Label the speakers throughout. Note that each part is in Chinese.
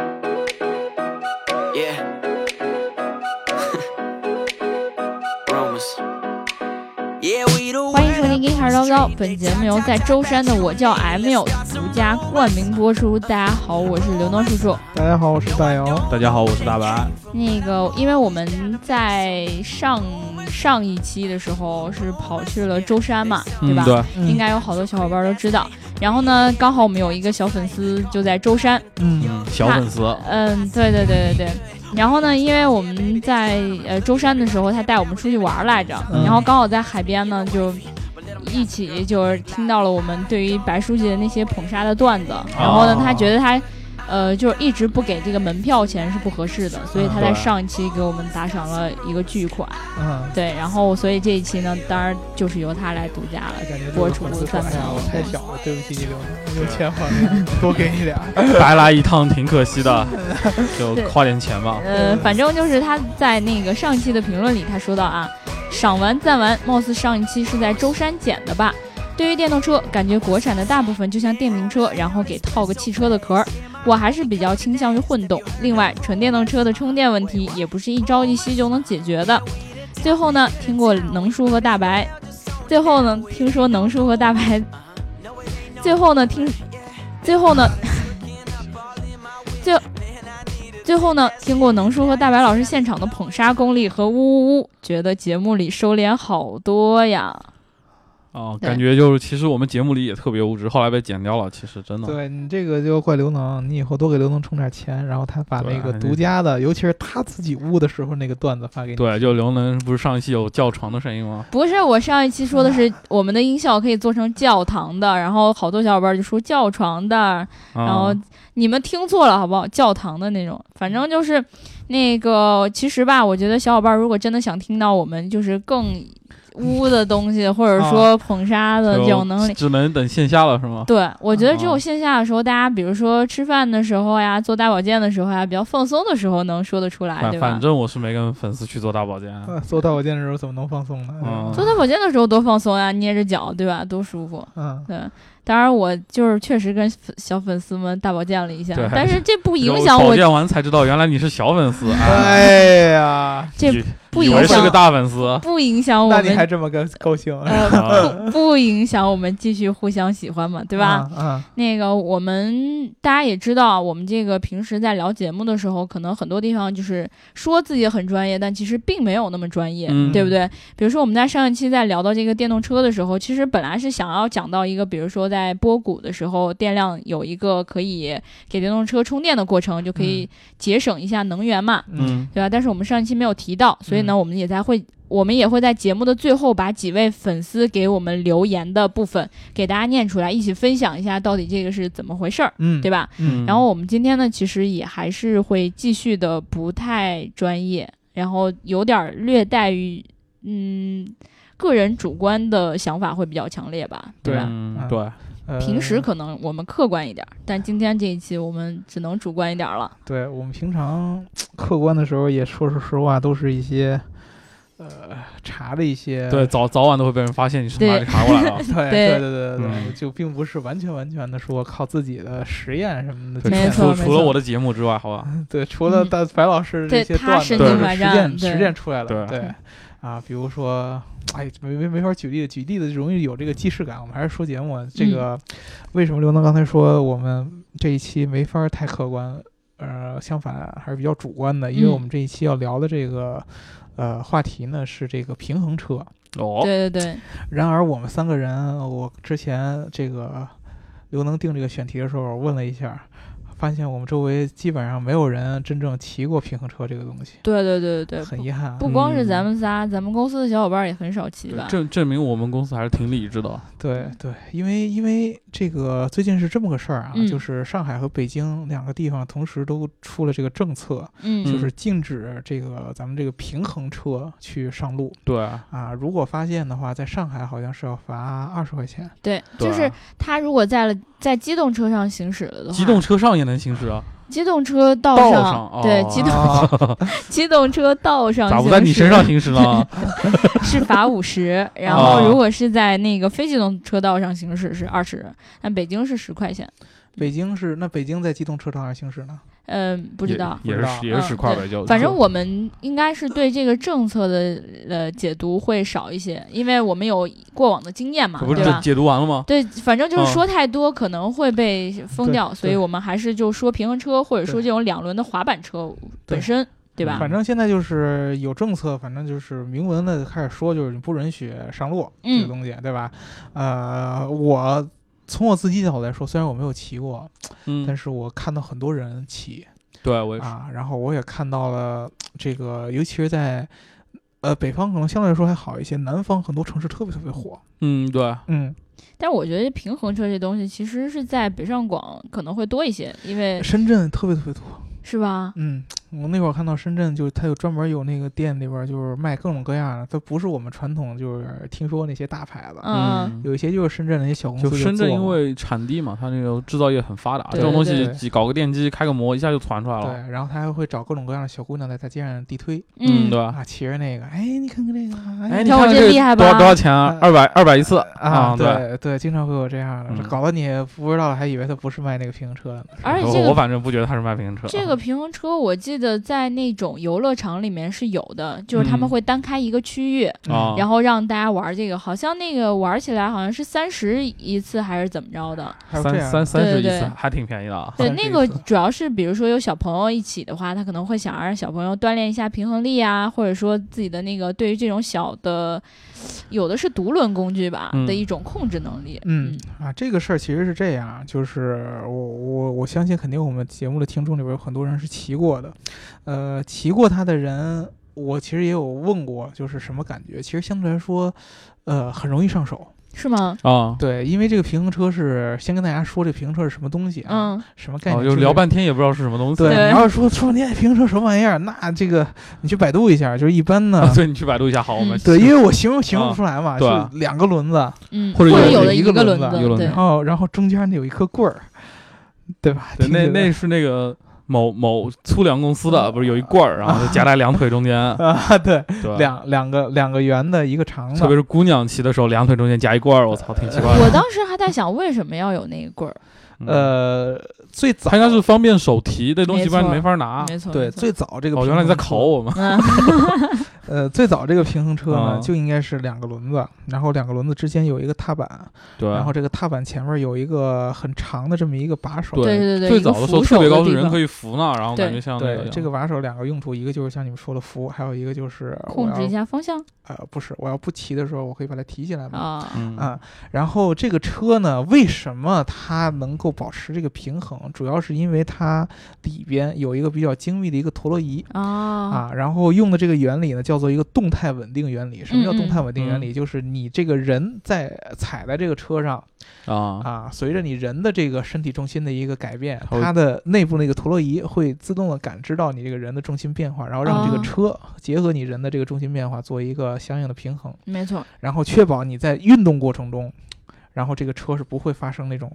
Speaker 1: Yeah. Rumors. Yeah, we do.
Speaker 2: 欢迎收听《一茬叨叨》，本节目由在舟山的我叫 M 友独家冠名播出。大家好，我是刘能叔叔。
Speaker 3: 大家好，我是大姚。
Speaker 4: 大家好，我 是大白。
Speaker 2: 那个，因为我们在上上一期的时候是跑去了舟山嘛，对吧？
Speaker 4: 对，
Speaker 2: 应该有好多小伙伴都知道。然后呢，刚好我们有一个小粉丝就在舟山，
Speaker 3: 嗯，
Speaker 4: 小粉丝，
Speaker 2: 嗯，对对对对对。然后呢，因为我们在呃舟山的时候，他带我们出去玩来着，
Speaker 3: 嗯
Speaker 2: 然后刚好在海边呢，就一起就是听到了我们对于白书记的那些捧杀的段
Speaker 3: 哦
Speaker 2: 子。然后呢，他觉得他。呃，就是一直不给这个门票钱是不合适的，所以他在
Speaker 4: 嗯对
Speaker 2: 上一期给我们打赏了一个巨款，
Speaker 3: 啊，
Speaker 2: 对，然后所以这一期呢，当然就是由他来独家了。
Speaker 3: 感觉
Speaker 2: 播出
Speaker 3: 三
Speaker 2: 三秒
Speaker 3: 啊我太小了，对不起你刘能，有钱花没多给你点儿。
Speaker 4: 白来一趟挺可惜 的，就花点钱吧。
Speaker 2: 呃，反正就是他在那个上一期的评论里，他说到啊，赏完赞完，貌似上一期是在舟山捡的吧。对于电动车，感觉国产的大部分就像电瓶车，然后给套个汽车的壳儿。我还是比较倾向于混动。另外，纯电动车的充电问题也不是一朝一夕就能解决的。最后呢，听过能叔和大白，最后呢，听说能叔和大白， 最后呢，听，最后呢，最最后呢，听过能叔和大白老师现场的捧杀功力和呜呜呜，觉得节目里收敛好多呀。
Speaker 4: 啊，
Speaker 2: 对
Speaker 4: 感觉就是其实我们节目里也特别无知，后来被剪掉了。其实真的，
Speaker 3: 对你这个就怪刘能，你以后多给刘能充点钱，然后他把那个
Speaker 4: 对
Speaker 3: 独家的，尤其是他自己悟的时候那个段子发给你。
Speaker 4: 对，就刘能不是上一期有叫床的声音吗？
Speaker 2: 不是，我上一期说的
Speaker 4: 啊
Speaker 2: 是我们的音效可以做成教堂的，然后好多小伙伴就说教床的，
Speaker 4: 啊、
Speaker 2: 然后你们听错了好不好？教堂的那种，反正就是那个，其实吧，我觉得小伙伴如果真的想听到我们就是更污的东西，或者说捧杀的这种能力
Speaker 4: 啊就。只能等线下了是 吗？
Speaker 2: 对，我觉得只有
Speaker 4: 哦
Speaker 2: 线下的时候，大家比如说吃饭的时候呀，做大保健的时候呀，比较放松的时候能说得出来，
Speaker 4: 反
Speaker 2: 啊对吧
Speaker 4: 反？正我是没跟粉丝去做大保 健。
Speaker 3: 啊，做大保健的时候怎么能放松呢？
Speaker 4: 嗯
Speaker 2: 做大保健的时候多放松呀，捏着脚，对吧？多舒服。
Speaker 3: 嗯，
Speaker 2: 对，当然我就是确实跟粉小粉丝们大保健了一下
Speaker 4: 对，
Speaker 2: 但是这不
Speaker 4: 然后
Speaker 2: 影响我
Speaker 4: 保，健完才知道，原来你是小 粉丝，
Speaker 3: 哎
Speaker 4: 哎
Speaker 3: 呀，
Speaker 2: 这
Speaker 4: 以
Speaker 2: 不
Speaker 4: 以
Speaker 2: 影
Speaker 4: 为是
Speaker 2: 响
Speaker 4: 个大粉丝。
Speaker 2: 不影响我
Speaker 3: 那你还
Speaker 2: 们，
Speaker 3: 这么高高兴？
Speaker 4: 啊
Speaker 2: 呃，不不影响我们继续互相喜欢嘛，对吧？
Speaker 3: 啊啊，
Speaker 2: 那个，我们大家也知道，我们这个平时在聊节目的时候，可能很多地方就是说自己很专业，但其实并没有那么专业，
Speaker 4: 嗯
Speaker 2: 对不对？比如说我们在上一期在聊到这个电动车的时候，其实本来是想要讲到一个，比如说在波谷的时候，电量有一个可以给电动车充电的过程，就可
Speaker 3: 嗯
Speaker 2: 以节省一下能源嘛，
Speaker 4: 嗯，
Speaker 2: 对吧？但是我们上一期没有提到，所以呢，
Speaker 3: 嗯
Speaker 2: 我们也在会，我们也会在节目的最后把几位粉丝给我们留言的部分给大家念出来，一起分享一下到底这个是怎么回事儿，
Speaker 3: 嗯，
Speaker 2: 对吧？
Speaker 4: 嗯
Speaker 2: 然后我们今天呢，其实也还是会继续的不太专业，然后有点儿略带于嗯个人主观的想法会比较强烈吧，对吧？
Speaker 4: 嗯
Speaker 3: 嗯
Speaker 4: 对，嗯
Speaker 3: 呃
Speaker 2: 平时可能我们客观一点儿，但今天这一期我们只能主观一点儿了。
Speaker 3: 对我们平常客观的时候，也说实话，都是一些呃查的一些
Speaker 4: 对，早早晚都会被人发现你是
Speaker 2: 对
Speaker 4: 哪里查过 来的。啊
Speaker 3: 对对
Speaker 2: 对
Speaker 3: 对对对
Speaker 4: 嗯
Speaker 3: 就并不是完全完全的说靠自己的实验什么的
Speaker 4: 对
Speaker 3: 去
Speaker 2: 没
Speaker 3: 看。
Speaker 2: 错
Speaker 4: 除
Speaker 2: 没
Speaker 4: 除了
Speaker 2: 错
Speaker 4: 我的节目之外，好吧，
Speaker 3: 对，除了
Speaker 2: 嗯
Speaker 3: 大白老师
Speaker 2: 对
Speaker 3: 这些
Speaker 2: 他
Speaker 3: 段子
Speaker 2: 神
Speaker 3: 都
Speaker 4: 经
Speaker 3: 是
Speaker 2: 外
Speaker 3: 实
Speaker 2: 战
Speaker 3: 践
Speaker 2: 对
Speaker 3: 实践出来的，
Speaker 4: 对
Speaker 3: 对啊，比如说。哎，没没没法举例子，举例子容易有这个既视感。我们还是说节目啊
Speaker 2: 嗯
Speaker 3: 这个，为什么刘能刚才说我们这一期没法太客观，呃，相反还是比较主观的，因为
Speaker 2: 嗯
Speaker 3: 我们这一期要聊的这个，呃，话题呢是这个平衡车。
Speaker 4: 哦，
Speaker 2: 对对对，
Speaker 3: 然而我们三个人，我之前这个刘能定这个选题的时候，我问了一下，发现我们周围基本上没有人真正骑过平衡车这个东西，
Speaker 2: 对对对对对
Speaker 3: 很，遗憾。啊
Speaker 2: 不光是咱
Speaker 4: 嗯
Speaker 2: 们仨，咱们公司的小伙伴儿也很少骑吧？
Speaker 4: 证证明我们公司还是挺理智的。
Speaker 3: 对对，因为因为这个最近是这么个事儿啊，
Speaker 2: 嗯
Speaker 3: 就是上海和北京两个地方同时都出了这个政策，
Speaker 2: 嗯，
Speaker 3: 就是禁止这个咱们这个平衡车去上路
Speaker 4: 对，
Speaker 3: 啊。如果发现的话，在上海好像是要罚二十块钱。
Speaker 2: 对，
Speaker 4: 对
Speaker 2: 就
Speaker 4: 啊
Speaker 2: 是他如果在了在机动车上行驶了的话，
Speaker 4: 机动车上也能行驶啊，
Speaker 2: 机动车道
Speaker 4: 嗯道
Speaker 2: 上，
Speaker 4: 上哦
Speaker 2: 对机动、
Speaker 3: 啊
Speaker 2: 机动车道上
Speaker 4: 咋不
Speaker 2: 行
Speaker 4: 在你
Speaker 2: 驶
Speaker 4: 身上行驶呢？
Speaker 2: 是罚五十，然后如果是在那个非机动车道上行驶是二十，但北京是十块钱。
Speaker 3: 北京是那北京在机动车道上行驶呢？
Speaker 2: 嗯、 不知道。
Speaker 4: 也也
Speaker 3: 不知
Speaker 4: 是
Speaker 3: 道
Speaker 4: 也是
Speaker 2: 嗯
Speaker 4: 十块
Speaker 2: 对
Speaker 4: 外交，
Speaker 2: 反正
Speaker 4: 就
Speaker 2: 我们应该是对这个政策的呃解读会少一些，因为我们有过往的经验嘛，
Speaker 4: 可不是
Speaker 2: 对吧
Speaker 4: 这？解读完了吗？
Speaker 2: 对，反正就是
Speaker 4: 嗯
Speaker 2: 说太多可能会被封
Speaker 3: 对
Speaker 2: 掉，所以
Speaker 3: 对
Speaker 2: 我们还是就说平衡车或者说
Speaker 3: 对
Speaker 2: 这种两轮的滑板车本
Speaker 3: 对嗯
Speaker 2: 身，对吧？
Speaker 3: 反正现在就是有政策，反正就是明文的开始说，就是你不允许上路
Speaker 2: 嗯
Speaker 3: 这个东西，对吧？呃，我从我自己角度来说，虽然我没有骑过，但
Speaker 4: 嗯，
Speaker 3: 是我看到很多人骑
Speaker 4: 对我也是，
Speaker 3: 啊，然后我也看到了这个，尤其是在呃北方可能相对来说还好一些，南方很多城市特别特别火，
Speaker 4: 嗯，对，
Speaker 3: 嗯，
Speaker 2: 但我觉得平衡车这东西其实是在北上广可能会多一些，因为
Speaker 3: 深圳特别特别多，
Speaker 2: 是吧？
Speaker 3: 嗯，我那会儿看到深圳就是它有专门有那个店里边儿就是卖各种各样的，它不是我们传统就是听说那些大牌子，
Speaker 2: 嗯，
Speaker 3: 有一些就是深圳的一些小公司
Speaker 4: 就深圳
Speaker 3: 做
Speaker 4: 因
Speaker 3: 嘛
Speaker 4: 为产地嘛，它那个制造业很发达，
Speaker 3: 对
Speaker 4: 这种东
Speaker 2: 对
Speaker 4: 西
Speaker 3: 对
Speaker 4: 几搞个电机开个模一下就传出来了。
Speaker 3: 对，然后他还会找各种各样的小姑娘在大街上地推
Speaker 4: 嗯，
Speaker 2: 嗯
Speaker 4: 对，吧？
Speaker 3: 啊，骑着那个，哎，你看看这个啊，
Speaker 4: 哎，
Speaker 2: 你
Speaker 4: 你
Speaker 2: 看我
Speaker 4: 看
Speaker 2: 这
Speaker 4: 个
Speaker 2: 厉害
Speaker 4: 多
Speaker 2: 吧
Speaker 4: 少多少钱啊？二百二百一次
Speaker 3: 啊，
Speaker 4: 对。
Speaker 3: 对对，经常会有这样的，
Speaker 4: 嗯啊
Speaker 3: 这搞得你不知道，还以为他不是卖那个平衡车的呢。
Speaker 2: 而且
Speaker 4: 我
Speaker 2: 这
Speaker 4: 我
Speaker 2: 个
Speaker 4: 反正不觉得它是卖平衡车。啊
Speaker 2: 这个平衡车，我记得在那种游乐场里面是有的，就是他们
Speaker 4: 嗯
Speaker 2: 会单开一个区域，嗯
Speaker 4: 啊，
Speaker 2: 然后让大家玩这个，好像那个玩起来好像是三十一次还是怎么着的？
Speaker 3: 还有这
Speaker 4: 三
Speaker 3: 样
Speaker 4: 三
Speaker 3: 的，
Speaker 4: 三十
Speaker 2: 对
Speaker 4: 一
Speaker 2: 对
Speaker 4: 次还挺便宜的啊。
Speaker 2: 对，
Speaker 3: 31
Speaker 2: 那个
Speaker 3: 次
Speaker 2: 主要是比如说有小朋友一起的话，他可能会想让小朋友锻炼一下平衡力啊，或者说自己的那个对于这种小的，有的是独轮工具吧、
Speaker 4: 嗯
Speaker 2: 的一种控制能力。
Speaker 3: 嗯啊，这个事儿其实是这样，就是我我我相信肯定我们节目的听众里边有很多人是骑过的，呃，骑过它的人，我其实也有问过，就是什么感觉？其实相对来说，呃，很容易上手。
Speaker 2: 是吗？
Speaker 3: 哦
Speaker 4: 啊，
Speaker 3: 对，因为这个平衡车是先跟大家说这平衡车是什么东西啊，
Speaker 2: 嗯，
Speaker 3: 什么概
Speaker 4: 哦，
Speaker 3: 念？
Speaker 4: 就是聊半天也不知道是什么东西。
Speaker 3: 对，
Speaker 2: 对
Speaker 3: 你要是说说你平衡车什么玩意儿，那这个你去百度一下，就是一般呢
Speaker 4: 啊，， 所以你去百度一下，好，我们
Speaker 2: 嗯
Speaker 3: 对，因为我形容形容
Speaker 4: 啊
Speaker 3: 不出来嘛，
Speaker 4: 对
Speaker 3: 就两个轮子，
Speaker 2: 嗯，
Speaker 4: 或者
Speaker 2: 者
Speaker 4: 有
Speaker 2: 有
Speaker 4: 有
Speaker 2: 的
Speaker 3: 一
Speaker 2: 个
Speaker 3: 个
Speaker 2: 轮
Speaker 3: 轮子
Speaker 4: 一个轮
Speaker 2: 对
Speaker 4: 子
Speaker 3: 然后然后中间那有一颗棍儿，对吧？
Speaker 4: 对
Speaker 3: 听
Speaker 4: 那
Speaker 3: 起来
Speaker 4: 那是那个某某粗粮公司
Speaker 3: 嗯
Speaker 4: 的，不是有一棍儿，然后就夹在两腿 中 间，
Speaker 3: 啊，对，
Speaker 4: 对，
Speaker 3: 两两个两个圆的，一个长
Speaker 4: 特
Speaker 3: 的，
Speaker 4: 别是姑娘骑的时候，两腿中间夹一棍儿，我操，挺奇怪
Speaker 2: 我
Speaker 4: 的。
Speaker 2: 当时还在想，为什么要有那个棍儿？
Speaker 4: 嗯，
Speaker 3: 呃，最早
Speaker 4: 它应该是方便手提，这东西一般
Speaker 2: 没错
Speaker 4: 没法拿。
Speaker 2: 没错，
Speaker 3: 啊对
Speaker 2: 没错
Speaker 3: 最早这个
Speaker 4: 哦，
Speaker 3: 平
Speaker 4: 原来你在
Speaker 3: 衡
Speaker 4: 考
Speaker 3: 车
Speaker 4: 我们。
Speaker 2: 嗯，
Speaker 3: 呃，最早这个平衡车呢
Speaker 4: 嗯，
Speaker 3: 就应该是两个轮子，然后两个轮子之间有一个踏板，
Speaker 4: 对，
Speaker 3: 然后这个踏板前面有一个很长的这么一个把手，
Speaker 2: 对对对
Speaker 4: 最
Speaker 2: 一个
Speaker 4: 早的时候
Speaker 2: 扶
Speaker 4: 特别
Speaker 2: 手的
Speaker 4: 高是
Speaker 2: 地
Speaker 4: 人
Speaker 2: 方
Speaker 4: 可以扶呢，然后感
Speaker 2: 对
Speaker 4: 觉像那
Speaker 3: 对，
Speaker 4: 样
Speaker 3: 这个把手两个用处，一个就是像你们说的扶，还有一个就是我
Speaker 2: 控制
Speaker 3: 要
Speaker 2: 一下方向
Speaker 3: 呃，不是，我要不骑的时候，我可以把它提起来嘛。
Speaker 2: 啊。
Speaker 4: 嗯
Speaker 3: 啊，然后这个车呢，为什么它能够保持这个平衡？主要是因为它里边有一个比较精密的一个陀螺仪
Speaker 2: 啊，
Speaker 3: 啊，然后用的这个原理呢，叫做一个动态稳定原理。什么叫
Speaker 2: 嗯嗯
Speaker 3: 动态稳定原理？就是你这个人在踩在这个车上
Speaker 4: 啊，
Speaker 3: 啊，随着你人的这个身体重心的一个改变，
Speaker 4: 它会
Speaker 3: 它的内部那个陀螺仪会自动的感知到你这个人的重心变化，然后让这
Speaker 2: 哦
Speaker 3: 个车结合你人的这个重心变化做一个相应的平衡。
Speaker 2: 没错，
Speaker 3: 然后确保你在运动过程中，然后这个车是不会发生那种，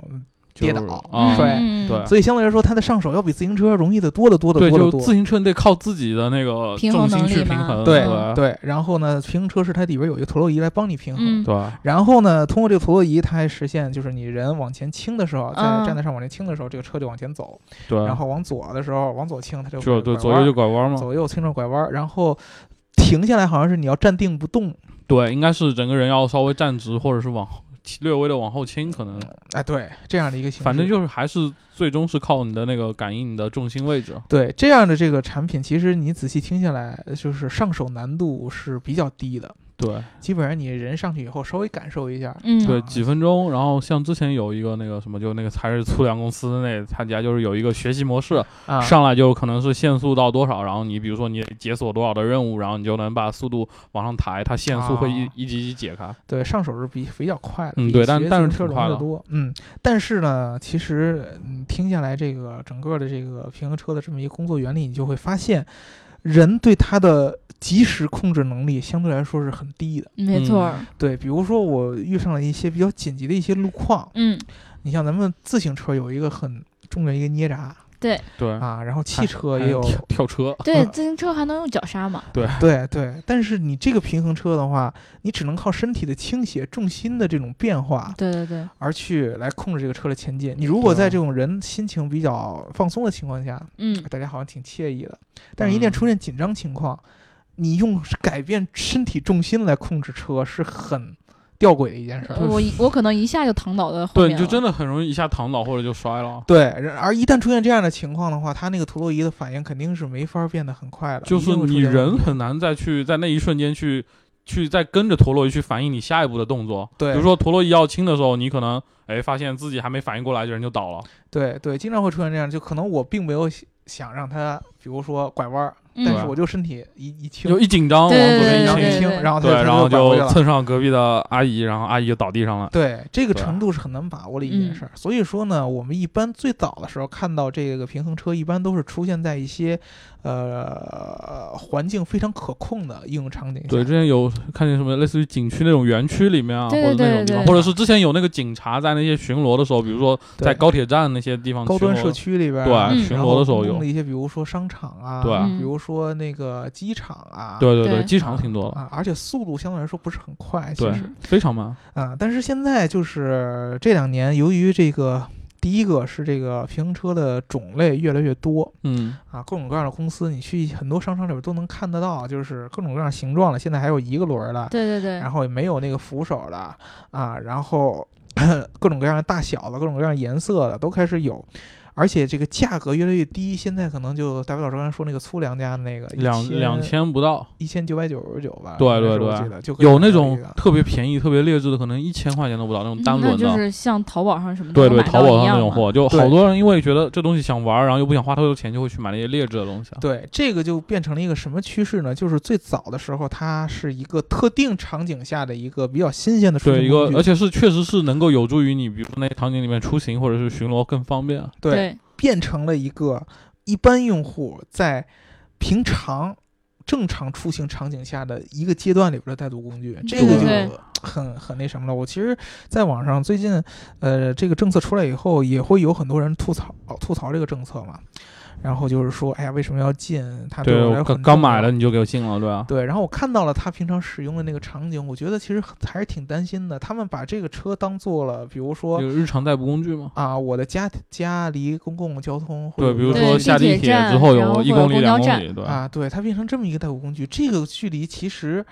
Speaker 4: 就是
Speaker 3: 跌倒
Speaker 4: 啊，
Speaker 3: 摔
Speaker 2: 嗯
Speaker 4: 对
Speaker 3: 所以相对来说，它的上手要比自行车容易的多得多得
Speaker 4: 对，
Speaker 3: 多得
Speaker 4: 就
Speaker 3: 多
Speaker 4: 自。行车你得靠自己的那个
Speaker 2: 平
Speaker 4: 重
Speaker 2: 衡
Speaker 4: 心
Speaker 2: 能
Speaker 4: 去
Speaker 2: 力
Speaker 4: 平
Speaker 2: 嘛
Speaker 4: 衡，
Speaker 3: 对
Speaker 4: 对
Speaker 3: 对，然后呢，平衡车是它里边有一个陀螺仪来帮你平衡，
Speaker 2: 嗯，
Speaker 4: 对
Speaker 3: 然后呢，通过这个陀螺仪，它还实现就是你人往前倾的时候，在
Speaker 2: 啊
Speaker 3: 站在上往前倾的时候，这个车就往前走；
Speaker 4: 对，
Speaker 3: 然后往左的时候，往左倾，它就
Speaker 4: 嗯就
Speaker 3: 会
Speaker 4: 对
Speaker 3: 拐
Speaker 4: 左
Speaker 3: 弯
Speaker 4: 右就拐弯嘛，
Speaker 3: 左右倾着拐弯，然后停下来好像是你要站定不动，
Speaker 4: 对，应该是整个人要稍微站直，或者是往后略微的往后倾，可能
Speaker 3: 哎，对，这样的一个形式，
Speaker 4: 反正就是还是最终是靠你的那个感应你的重心位置。
Speaker 3: 对这样的这个产品，其实你仔细听下来，就是上手难度是比较低的。
Speaker 4: 对
Speaker 3: 基本上你人上去以后稍微感受一下，
Speaker 2: 嗯
Speaker 4: 对，
Speaker 3: 啊
Speaker 4: 几分钟。然后像之前有一个那个什么，就那个还是粗粮公司那他家就是有一个学习模式，
Speaker 3: 啊
Speaker 4: 上来就可能是限速到多少，然后你比如说你解锁多少的任务，然后你就能把速度往上抬，它限速会一、
Speaker 3: 啊
Speaker 4: 一级一级解开。
Speaker 3: 对上手是比比较快的，
Speaker 4: 嗯
Speaker 3: 比
Speaker 4: 对
Speaker 3: 骑
Speaker 4: 但
Speaker 3: 自
Speaker 4: 但是
Speaker 3: 行车
Speaker 4: 挺
Speaker 3: 容
Speaker 4: 快
Speaker 3: 易
Speaker 4: 的
Speaker 3: 得多，嗯，但是呢，其实嗯听下来这个整个的这个平衡车的这么一个工作原理，你就会发现，人对它的及时控制能力相对来说是很低的。
Speaker 2: 没错，
Speaker 3: 对，比如说我遇上了一些比较紧急的一些路况，
Speaker 2: 嗯，
Speaker 3: 你像咱们自行车有一个很重的一个捏闸，
Speaker 2: 对
Speaker 4: 对，
Speaker 3: 啊，然后汽车
Speaker 4: 嗯还
Speaker 3: 也有，
Speaker 4: 跳跳车，
Speaker 2: 对，
Speaker 3: 嗯
Speaker 2: 自行车还能用脚刹吗？
Speaker 3: 对对。但是你这个平衡车的话，你只能靠身体的倾斜、重心的这种变化
Speaker 2: 对对对，
Speaker 3: 而去来控制这个车的前进。你如果
Speaker 4: 对啊
Speaker 3: 在这种人心情比较放松的情况下，
Speaker 2: 嗯，
Speaker 3: 大家好像挺惬意的。但
Speaker 4: 嗯
Speaker 3: 是，一旦出现紧张情况，你用改变身体重心来控制车是很吊诡的一件事儿。
Speaker 2: 呃我一我可能一下就躺倒在后
Speaker 4: 对，
Speaker 2: 面
Speaker 4: 你就
Speaker 2: 了
Speaker 4: 真的很容易一下躺倒或者就摔了。
Speaker 3: 对，然而一旦出现这样的情况的话，它那个陀螺仪的反应肯定是没法变得很快的，
Speaker 4: 就
Speaker 3: 一定
Speaker 4: 是
Speaker 3: 会出
Speaker 4: 你
Speaker 3: 现问
Speaker 4: 人
Speaker 3: 题
Speaker 4: 很难再去在那一瞬间去去再跟着陀螺仪去反应你下一步的动作。
Speaker 3: 对
Speaker 4: 比如说陀螺仪要轻的时候，你可能哎发现自己还没反应过来，人就倒了。
Speaker 3: 对对，经常会出现这样，就可能我并没有想想让它，比如说拐弯儿，
Speaker 2: 嗯
Speaker 3: 但是我就身体一一倾
Speaker 4: 就，一紧张往左
Speaker 2: 对对
Speaker 4: 边
Speaker 3: 然后
Speaker 2: 对
Speaker 3: 一
Speaker 4: 一倾，
Speaker 3: 倾，
Speaker 2: 对
Speaker 3: 然后它
Speaker 4: 对，
Speaker 3: 它
Speaker 4: 然后
Speaker 3: 拐过去
Speaker 4: 就
Speaker 3: 了。
Speaker 4: 蹭上隔壁的阿姨，然后阿姨就倒地上了。
Speaker 3: 对，这个
Speaker 4: 对
Speaker 3: 程度是很难把握的一件事儿。所以说呢，我们一般最早的时候看到这个平衡车，一般都是出现在一些呃环境非常可控的应用场景下。
Speaker 4: 对，之前有看见什么类似于景区那种园区里面啊，
Speaker 2: 对
Speaker 4: 或者
Speaker 2: 对
Speaker 4: 那种地
Speaker 2: 对
Speaker 4: 方，
Speaker 2: 对
Speaker 4: 或者是之前有那个警察在那些巡逻的时候，比如说
Speaker 3: 对
Speaker 4: 在高铁站那些地方
Speaker 3: 高端
Speaker 4: 巡逻
Speaker 3: 社，区里边儿
Speaker 4: 对
Speaker 3: 啊，
Speaker 2: 嗯
Speaker 4: 巡
Speaker 3: 然
Speaker 4: 逻
Speaker 3: 后
Speaker 4: 的时候
Speaker 3: 公
Speaker 4: 有
Speaker 3: 共的，一些，比如说商场啊，
Speaker 4: 对
Speaker 2: 嗯
Speaker 3: 比如说那个机场啊，
Speaker 4: 对对
Speaker 2: 对
Speaker 4: 对，机场挺多的，
Speaker 3: 啊，而且速度相对来说不是很快，其
Speaker 4: 对
Speaker 3: 实
Speaker 4: 非常慢。
Speaker 3: 啊，但是现在就是这两年，由于这个第一个是这个平衡车的种类越来越多，
Speaker 4: 嗯，
Speaker 3: 啊，各种各样的公司，你去很多商场里边都能看得到，就是各种各样形状的。现在还有一个轮儿的，
Speaker 2: 对对对
Speaker 3: 然，后也没有那个扶手的啊，然后 各种各样的大小的，各种各样颜色的都开始有，而且这个价格越来越低。现在可能就大伟老师刚才说那个粗粮家的那个
Speaker 4: 两两千不到，
Speaker 3: 一千九百九十九吧，
Speaker 4: 对
Speaker 3: 应该
Speaker 4: 对
Speaker 3: 是我
Speaker 4: 对
Speaker 3: 记得就可以
Speaker 4: 有
Speaker 3: 买
Speaker 4: 那
Speaker 3: 到
Speaker 4: 种
Speaker 3: 一个
Speaker 4: 特别便宜、特别劣质的，可能一千块钱都不到那种单
Speaker 2: 嗯那
Speaker 4: 轮
Speaker 2: 就
Speaker 4: 的。
Speaker 2: 是像淘宝上什么
Speaker 4: 对
Speaker 2: 都
Speaker 4: 对，
Speaker 2: 能买
Speaker 4: 淘
Speaker 2: 到
Speaker 4: 宝
Speaker 2: 一
Speaker 4: 上那
Speaker 2: 样
Speaker 4: 种
Speaker 2: 嘛，
Speaker 4: 货，就
Speaker 3: 对
Speaker 4: 好多人因为觉得这东西想玩儿，然后又不想花太多钱，就会去买那些劣质的东西啊。
Speaker 3: 对，这个就变成了一个什么趋势呢？就是最早的时候，它是一个特定场景下的一个比较新鲜的出行
Speaker 4: 对一个
Speaker 3: 工，具
Speaker 4: 而且是确实是能够有助于你，比如说那些场景里面出行或者是巡逻更方便。啊
Speaker 3: 对，变成了一个一般用户在平常正常出行场景下的一个阶段里边的带读工
Speaker 4: 嗯
Speaker 3: 具，这个
Speaker 2: 对
Speaker 3: 就很很那什么了。我其实在网上最近，呃，这个政策出来以后，也会有很多人吐槽吐槽这个政策嘛，然后就是说，哎呀，为什么要禁？它
Speaker 4: 对，
Speaker 3: 我来
Speaker 4: 我
Speaker 3: 说很
Speaker 4: 刚刚
Speaker 3: 重要
Speaker 4: 买了。你就给我进了，对吧？
Speaker 3: 对，然后我看到了他平常使用的那个场景，我觉得其实很还是挺担心的。他们把这个车当做了，比如说
Speaker 4: 有日常代步工具嘛。
Speaker 3: 啊，我的家家离公共交通会
Speaker 4: 对，
Speaker 3: 有
Speaker 4: 比如
Speaker 3: 一个
Speaker 4: 说
Speaker 2: 对
Speaker 4: 下
Speaker 2: 地
Speaker 4: 地
Speaker 2: 铁
Speaker 4: 铁
Speaker 2: 站
Speaker 4: 之后
Speaker 2: 然后
Speaker 4: 有一
Speaker 2: 或者
Speaker 4: 公里、
Speaker 2: 公
Speaker 4: 两
Speaker 2: 交
Speaker 4: 公
Speaker 2: 站
Speaker 4: 里，对，
Speaker 3: 啊，对，它变成这么一个代步工具，这个距离其实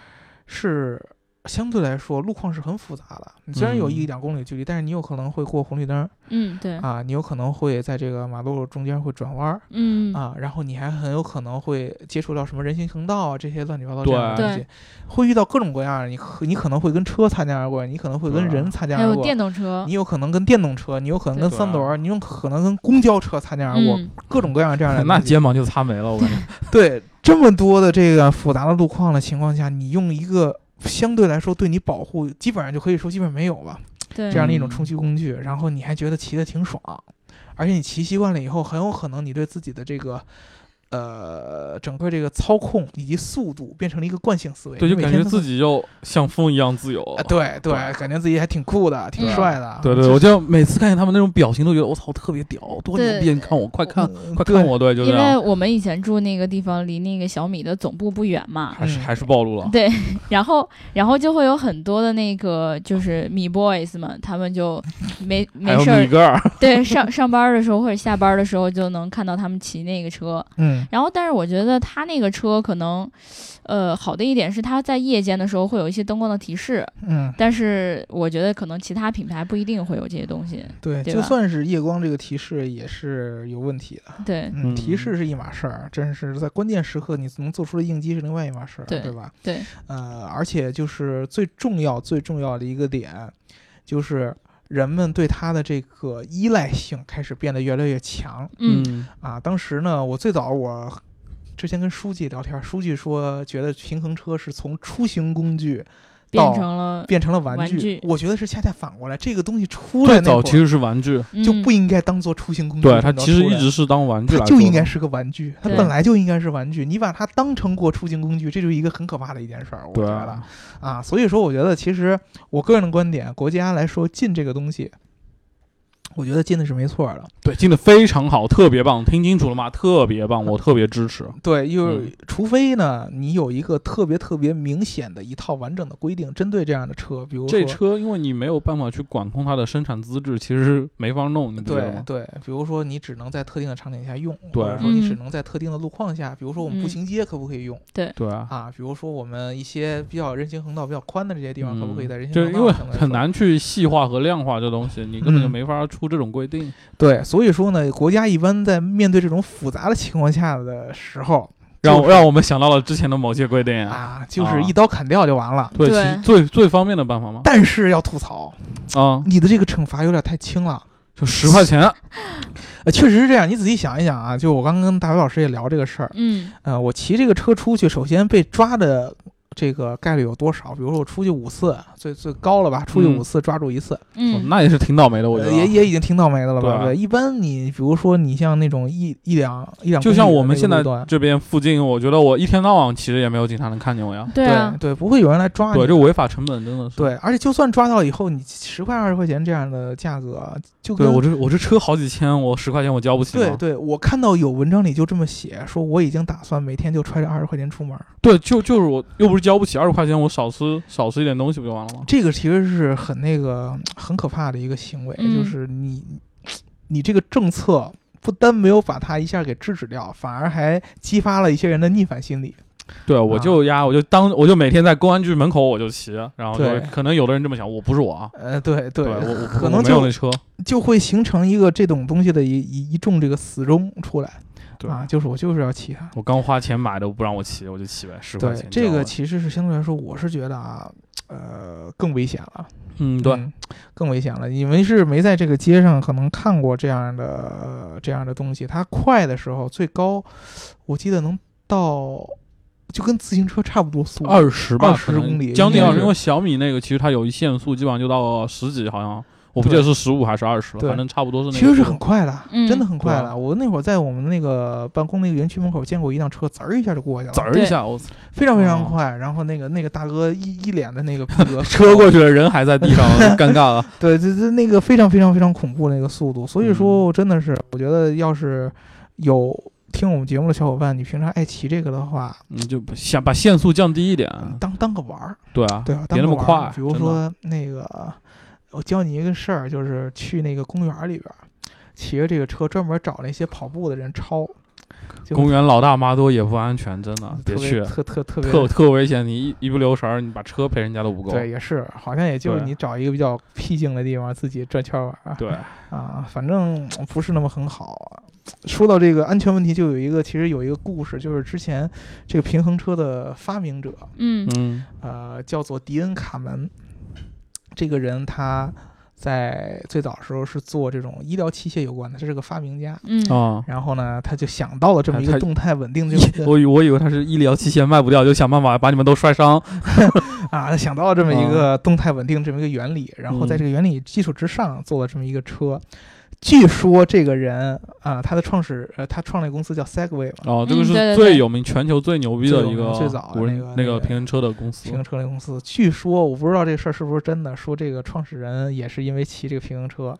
Speaker 3: 是相对来说路况是很复杂的。你虽然有
Speaker 4: 嗯
Speaker 3: 一两公里的距离，但是你有可能会过红绿灯儿
Speaker 2: 嗯对，
Speaker 3: 啊，你有可能会在这个马路中间会转弯儿
Speaker 2: 嗯
Speaker 3: 啊，然后你还很有可能会接触到什么人行横道啊这些乱七八糟这样的
Speaker 2: 对
Speaker 3: 东西，会遇到各种各样的，你可你可能会跟车擦肩而过，你可能会跟
Speaker 4: 对啊
Speaker 3: 人擦肩
Speaker 2: 还
Speaker 3: 而
Speaker 2: 有
Speaker 3: 过。
Speaker 2: 电动车
Speaker 3: 你，有可能跟电动车，你有可能跟
Speaker 4: 对啊
Speaker 3: 三轮儿，你有可能跟公交车擦肩而过，
Speaker 2: 嗯
Speaker 3: 各种各样这样的东西。
Speaker 4: 那肩膀就擦没了，我感觉。
Speaker 3: 对这么多的这个复杂的路况的情况下，你用一个相对来说对你保护基本上就可以说基本没有吧，
Speaker 2: 对
Speaker 3: 这样的一种
Speaker 4: 嗯
Speaker 3: 冲击工具，然后你还觉得骑得挺爽，而且你骑习惯了以后，很有可能你对自己的这个。呃，整个这个操控以及速度变成了一个惯性思维，
Speaker 4: 对，
Speaker 3: 你
Speaker 4: 就
Speaker 3: 每
Speaker 4: 感
Speaker 3: 天
Speaker 4: 觉
Speaker 3: 都
Speaker 4: 自
Speaker 3: 会
Speaker 4: 己就像风一样自由。
Speaker 3: 啊，对对，
Speaker 4: 对
Speaker 3: 感觉自己还挺酷的，挺
Speaker 2: 对
Speaker 3: 帅的，
Speaker 4: 嗯对对，我就每次看见他们那种表情，都觉得我操，特别屌，多牛
Speaker 2: 对
Speaker 4: 逼！你看我，快看，
Speaker 3: 嗯
Speaker 4: 快
Speaker 3: 对
Speaker 4: 看我！对，就这
Speaker 2: 因为
Speaker 4: 样，
Speaker 2: 我们以前住那个地方离那个小米的总部不远嘛，
Speaker 4: 还
Speaker 3: 嗯
Speaker 4: 是还是暴露了。
Speaker 2: 对，然后然后就会有很多的那个就是米 boys 们，他们就没
Speaker 4: 还
Speaker 2: 没
Speaker 4: 有
Speaker 2: 事
Speaker 4: 米
Speaker 2: 儿，
Speaker 4: 格尔，
Speaker 2: 对上上班的时候或者下班的时候就能看到他们骑那个车，
Speaker 3: 嗯，
Speaker 2: 然后但是我觉得他那个车可能，呃，好的一点是它在夜间的时候会有一些灯光的提示，
Speaker 3: 嗯，
Speaker 2: 但是我觉得可能其他品牌不一定会有这些东西，
Speaker 3: 对，
Speaker 2: 对
Speaker 3: 就
Speaker 2: 吧
Speaker 3: 算是夜光这个提示也是有问题的。
Speaker 2: 对
Speaker 3: 嗯，提
Speaker 4: 嗯
Speaker 3: 示是一码事儿，真是在关键时刻你能做出的应激是另外一码事儿，
Speaker 2: 对
Speaker 3: 对吧？
Speaker 2: 对，
Speaker 3: 呃，而且就是最重要、最重要的一个点，就是人们对它的这个依赖性开始变得越来越强
Speaker 2: 嗯，
Speaker 3: 啊。当时呢，我最早我之前跟书记聊天，书记说觉得平衡车是从出行工具
Speaker 2: 变
Speaker 3: 到
Speaker 2: 成了
Speaker 3: 变成了玩
Speaker 2: 玩具
Speaker 3: 我觉得是恰恰反过来，这个东西出来
Speaker 4: 最
Speaker 3: 那
Speaker 4: 早
Speaker 3: 会
Speaker 4: 其
Speaker 3: 儿
Speaker 4: 实是玩具，
Speaker 2: 嗯
Speaker 3: 就不应该当做出行工具
Speaker 4: 对
Speaker 3: 嗯这么着出
Speaker 4: 它
Speaker 3: 来，
Speaker 4: 其实一直是当玩具
Speaker 3: 它
Speaker 4: 来
Speaker 3: 就
Speaker 4: 做
Speaker 3: 应
Speaker 4: 的
Speaker 3: 该是个玩具，它
Speaker 2: 对
Speaker 3: 本来就应该是玩具，你把它当成过出行工具，这就是一个很可怕的一件事儿，我觉
Speaker 4: 对
Speaker 3: 得啊，所以说我觉得其实我个人的观点，国家来说禁这个东西，我觉得进的是没错的。
Speaker 4: 对，进的非常好，特别棒，听清楚了吗？特别棒，我特别支持。
Speaker 3: 对，就是、
Speaker 4: 嗯
Speaker 3: 除非呢，你有一个特别特别明显的一套完整的规定，针对这样的车，比如说
Speaker 4: 这车，因为你没有办法去管控它的生产资质，其实没法弄，你不觉得
Speaker 3: 对
Speaker 4: 吗？
Speaker 3: 对，比如说你只能在特定的场景下用，
Speaker 4: 对
Speaker 3: 或者说你只
Speaker 2: 嗯
Speaker 3: 能在特定的路况下，比如说我们步
Speaker 2: 嗯
Speaker 3: 行街可不可以用、
Speaker 4: 对啊，
Speaker 3: 啊？比如说我们一些比较人行横道比较宽的这些地方，可不可以在人行
Speaker 4: 就
Speaker 3: 横
Speaker 4: 是
Speaker 3: 道、
Speaker 4: 嗯因为很。难去细化和量化这东西，你根本就
Speaker 3: 嗯
Speaker 4: 没法出这种规定。
Speaker 3: 对，所以说呢，国家一般在面对这种复杂的情况下的时候
Speaker 4: 让
Speaker 3: 就是
Speaker 4: 让我们想到了之前的某些规定啊，
Speaker 3: 啊，就是
Speaker 4: 啊
Speaker 3: 一刀砍掉就完了。
Speaker 4: 对，
Speaker 2: 对
Speaker 4: 其最最方便的办法嘛，
Speaker 3: 但是要吐槽，
Speaker 4: 啊，
Speaker 3: 你的这个惩罚有点太轻了。
Speaker 4: 就十块钱，
Speaker 3: 呃，确实是这样。你仔细想一想啊，就我刚跟大伟老师也聊这个事儿。
Speaker 2: 嗯
Speaker 3: 呃，我骑这个车出去，首先被抓的这个概率有多少？比如说我出去五次，最最高了吧？出去
Speaker 4: 嗯
Speaker 3: 五次抓住一次，
Speaker 2: 嗯，
Speaker 4: 哦那也是挺倒霉的，我觉
Speaker 3: 呃也
Speaker 4: 得。啊
Speaker 3: 也已经挺倒霉的了吧？
Speaker 4: 对啊
Speaker 3: 对，一般你比如说你像那种一一两一两公里的那个路段，
Speaker 4: 就像我们现在这边附近，我觉得我一天到晚骑着也没有警察能看见我呀。
Speaker 2: 对啊
Speaker 3: 对，对，不会有人来抓
Speaker 4: 对，
Speaker 3: 啊你。
Speaker 4: 这违法成本真的是。
Speaker 3: 对，而且就算抓到以后，你十块二十块钱这样的价格，就
Speaker 4: 对
Speaker 3: 跟
Speaker 4: 我这我这车好几千，我十块钱我交不起
Speaker 3: 对
Speaker 4: 吗？
Speaker 3: 对，我看到有文章里就这么写，说我已经打算每天就揣着二十块钱出门儿。
Speaker 4: 对就就是我又不是交不起二十块钱，我少吃少吃一点东西不就完了吗？
Speaker 3: 这个其实是很那个很可怕的一个行为，
Speaker 2: 嗯
Speaker 3: 就是你你这个政策不单没有把它一下给制止掉，反而还激发了一些人的逆反心理。
Speaker 4: 对，我
Speaker 3: 啊
Speaker 4: 就压，我就当我就每天在公安局门口我就骑，然后就
Speaker 3: 对
Speaker 4: 可能有的人这么想，我不是我啊，
Speaker 3: 呃，对对，
Speaker 4: 我我
Speaker 3: 可
Speaker 4: 我
Speaker 3: 能
Speaker 4: 没有
Speaker 3: 就
Speaker 4: 那车，
Speaker 3: 就会形成一个这种东西的一一一众这个死忠出来
Speaker 4: 对
Speaker 3: 啊，就是我就是要骑它。
Speaker 4: 我刚花钱买的，不让我骑，我就骑呗，十块
Speaker 3: 对
Speaker 4: 钱。，
Speaker 3: 这
Speaker 4: 交
Speaker 3: 个
Speaker 4: 了
Speaker 3: 其实是相对来说，我是觉得啊，呃，更危险了。
Speaker 4: 嗯，对，
Speaker 3: 嗯更危险了。你们是没在这个街上可能看过这样的、呃这样的东西。它快的时候最高，我记得能到就跟自行车差不多速度，
Speaker 4: 二十吧，
Speaker 3: 20
Speaker 4: 可能
Speaker 3: 公里
Speaker 4: 将近
Speaker 3: 应该
Speaker 4: 二
Speaker 3: 是
Speaker 4: 十，因为小米那个其实它有一限速，基本上就到十几，好像我不记得是十五还是二十了，
Speaker 3: 对
Speaker 4: 反正差不多是那个。
Speaker 3: 其实是很，快的，
Speaker 2: 嗯
Speaker 3: 真的很快
Speaker 4: 对
Speaker 3: 的。
Speaker 4: 啊
Speaker 3: 我那会儿在我们那个办公那个园区门口见过一辆车，滋儿一下就过去了，
Speaker 4: 滋儿一下，我操
Speaker 3: 非常非常
Speaker 4: 哦，
Speaker 3: 快。然后那个那个大哥一一脸的那个逼格
Speaker 4: 车过去了，人还在 地上，尴尬了。
Speaker 3: 对，这这那个非常非常非常恐怖的那个速度，所以说
Speaker 4: 嗯
Speaker 3: 真的是，我觉得要是有听我们节目的小伙伴，你平常爱骑这个的话，
Speaker 4: 你嗯就想把限速降低一点，
Speaker 3: 当当个玩儿，
Speaker 4: 对嗯啊，
Speaker 3: 嗯对啊，
Speaker 4: 别
Speaker 3: 当
Speaker 4: 那
Speaker 3: 个
Speaker 4: 么
Speaker 3: 玩儿
Speaker 4: 快。
Speaker 3: 比如
Speaker 4: 真的，
Speaker 3: 说那个，呃我教你一个事儿，就是去那个公园里边儿，骑着这个车专门找那些跑步的人超，就
Speaker 4: 公园老大妈多也不安全，真的，别
Speaker 3: 特别
Speaker 4: 去，
Speaker 3: 特特特别
Speaker 4: 特特危险。你一一不留神儿，你把车赔人家都不够。
Speaker 3: 对，也是，好像也就是
Speaker 4: 对
Speaker 3: 你找一个比较僻静的地方自己转圈儿玩儿啊。
Speaker 4: 对
Speaker 3: 啊，反正不是那么很好。啊说到这个安全问题，就有一个其实有一个故事，就是之前这个平衡车的发明者，
Speaker 2: 嗯
Speaker 4: 嗯
Speaker 3: 呃，叫做迪恩·卡门，这个人他在最早时候是做这种医疗器械有关的，他是个发明家。
Speaker 2: 嗯
Speaker 4: 啊。
Speaker 3: 然后呢，他就想到了这么一
Speaker 4: 他
Speaker 3: 个
Speaker 4: 啊他
Speaker 3: 动态稳定这么一个
Speaker 4: 我以我以为他是医疗器械卖不掉，就想办法把你们都摔伤。
Speaker 3: 啊，他想到了这么一
Speaker 4: 啊
Speaker 3: 个动态稳定这么一个原理，然后在
Speaker 4: 嗯
Speaker 3: 这个原理基础之上做了这么一个车。据说这个人啊，他的创始呃，他创立公司叫 Segway 嘛，
Speaker 4: 哦，
Speaker 2: 嗯
Speaker 4: 这
Speaker 2: 对对
Speaker 4: 个是
Speaker 2: 对
Speaker 4: 最有名、全球最牛逼
Speaker 3: 最
Speaker 4: 的
Speaker 3: 有
Speaker 4: 一
Speaker 3: 名
Speaker 4: 个
Speaker 3: 最早的
Speaker 4: 无人
Speaker 3: 那个
Speaker 4: 那
Speaker 3: 那个
Speaker 4: 个平衡车的公司
Speaker 3: 平。衡车类公司。据说我不知道这事儿是不是真的，说这个创始人也是因为骑这个平衡车，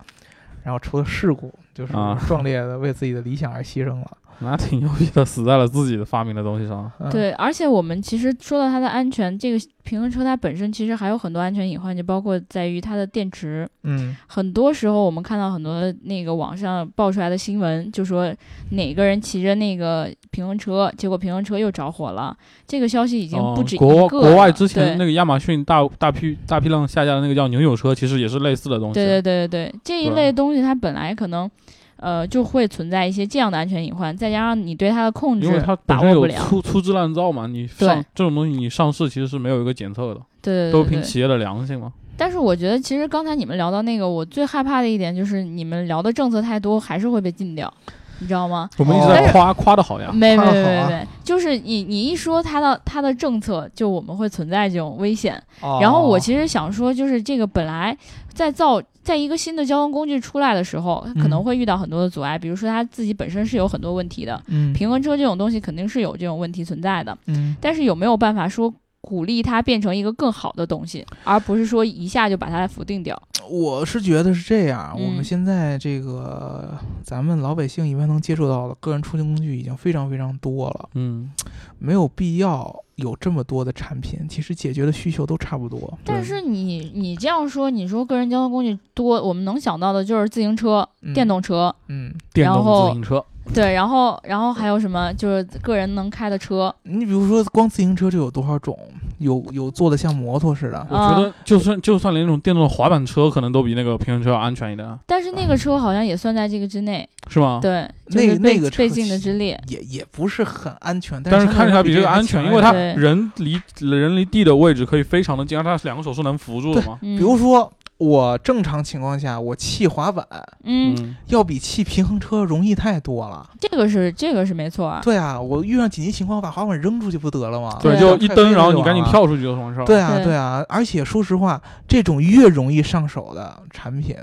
Speaker 3: 然后出了事故，就是
Speaker 4: 啊
Speaker 3: 壮烈的为自己的理想而牺牲了。
Speaker 4: 那挺牛逼的，死在了自己的发明的东西上。
Speaker 3: 嗯、
Speaker 2: 对，而且我们其实说到它的安全，这个平衡车它本身其实还有很多安全隐患，就包括在于它的电池。
Speaker 3: 嗯，
Speaker 2: 很多时候我们看到很多那个网上爆出来的新闻，就说哪个人骑着那个平衡车，结果平衡车又着火了。这个消息已经
Speaker 4: 哦
Speaker 2: 不止一个了、
Speaker 4: 国国外之前那
Speaker 2: 对
Speaker 4: 个亚马逊大大批大批量下架的那个叫扭扭车，其实也是类似的东西。
Speaker 2: 对对对对对，这一
Speaker 4: 对啊
Speaker 2: 类东西它本来可能。呃，就会存在一些这样的安全隐患，再加上你对它的控制
Speaker 4: 因为它本
Speaker 2: 把
Speaker 4: 身
Speaker 2: 握不了，
Speaker 4: 有粗粗制滥造嘛，你
Speaker 2: 对
Speaker 4: 上这种东西你上市其实是没有一个检测的，
Speaker 2: 对对对对
Speaker 4: 都是凭企业的良心嘛。
Speaker 2: 但是我觉得，其实刚才你们聊到那个，我最害怕的一点就是你们聊的政策太多，还是会被禁掉，你知道吗？
Speaker 4: 我们一直
Speaker 3: 哦
Speaker 2: 但
Speaker 4: 在
Speaker 2: 是
Speaker 4: 夸夸的好呀，
Speaker 2: 没没
Speaker 3: 夸得
Speaker 2: 没
Speaker 3: 好
Speaker 2: 没
Speaker 3: 啊
Speaker 2: 没，就是你你一说他的他的政策，就我们会存在这种危险。
Speaker 3: 哦
Speaker 2: 然后我其实想说，就是这个本来在造在一个新的交通工具出来的时候，可能
Speaker 3: 嗯
Speaker 2: 会遇到很多的阻碍，比如说它自己本身是有很多问题的，
Speaker 3: 嗯
Speaker 2: 平衡车这种东西肯定是有这种问题存在的。
Speaker 3: 嗯
Speaker 2: 但是有没有办法说鼓励它变成一个更好的东西，而不是说一下就把它否定掉？
Speaker 3: 我是觉得是这样，
Speaker 2: 嗯
Speaker 3: 我们现在这个咱们老百姓一般能接触到的个人出行工具已经非常非常多了，
Speaker 4: 嗯，
Speaker 3: 没有必要有这么多的产品，其实解决的需求都差不多。
Speaker 2: 但
Speaker 4: 对
Speaker 2: 是你你这样说，你说个人交通工具多，我们能想到的就是自行车、
Speaker 3: 嗯
Speaker 2: 电，动车，
Speaker 3: 嗯，
Speaker 4: 电
Speaker 2: 然
Speaker 4: 动
Speaker 2: 后
Speaker 4: 自行车，
Speaker 2: 对，然后然后还有什么就是个人能开的车，
Speaker 3: 你比如说光自行车就有多少种，有有做的像摩托似的，
Speaker 4: 我觉得就算就算连那种电动的滑板车，可能都比那个平衡车要安全一点，啊
Speaker 2: 但是那个车好像也算在这个之内，
Speaker 4: 是吗？
Speaker 2: 对，就
Speaker 3: 啊那
Speaker 2: 是
Speaker 3: 个
Speaker 2: 被
Speaker 3: 那个车
Speaker 2: 被禁的之列。
Speaker 3: 也也不是很安全，
Speaker 4: 但是
Speaker 3: 是
Speaker 4: 看起来比这个安全，因为它
Speaker 3: 它
Speaker 2: 对
Speaker 4: 人离人离地的位置可以非常的近，而它两个手是能扶住的嘛。
Speaker 2: 比
Speaker 3: 比如说。我正常情况下，我骑滑板
Speaker 2: 嗯，
Speaker 4: 嗯，
Speaker 3: 要比骑平衡车容易太多了。
Speaker 2: 这个是这个是没错啊。
Speaker 3: 对啊，我遇上紧急情况，我把滑板扔出去不得了吗？
Speaker 4: 对，
Speaker 2: 对
Speaker 4: 就
Speaker 3: 快
Speaker 4: 一
Speaker 3: 飞
Speaker 4: 蹬，然后
Speaker 3: 就
Speaker 4: 你
Speaker 3: 完
Speaker 4: 赶紧
Speaker 3: 了。
Speaker 4: 跳出去就完事儿。
Speaker 3: 对啊，
Speaker 2: 对
Speaker 3: 对啊，而且说实话，这种越容易上手的产品，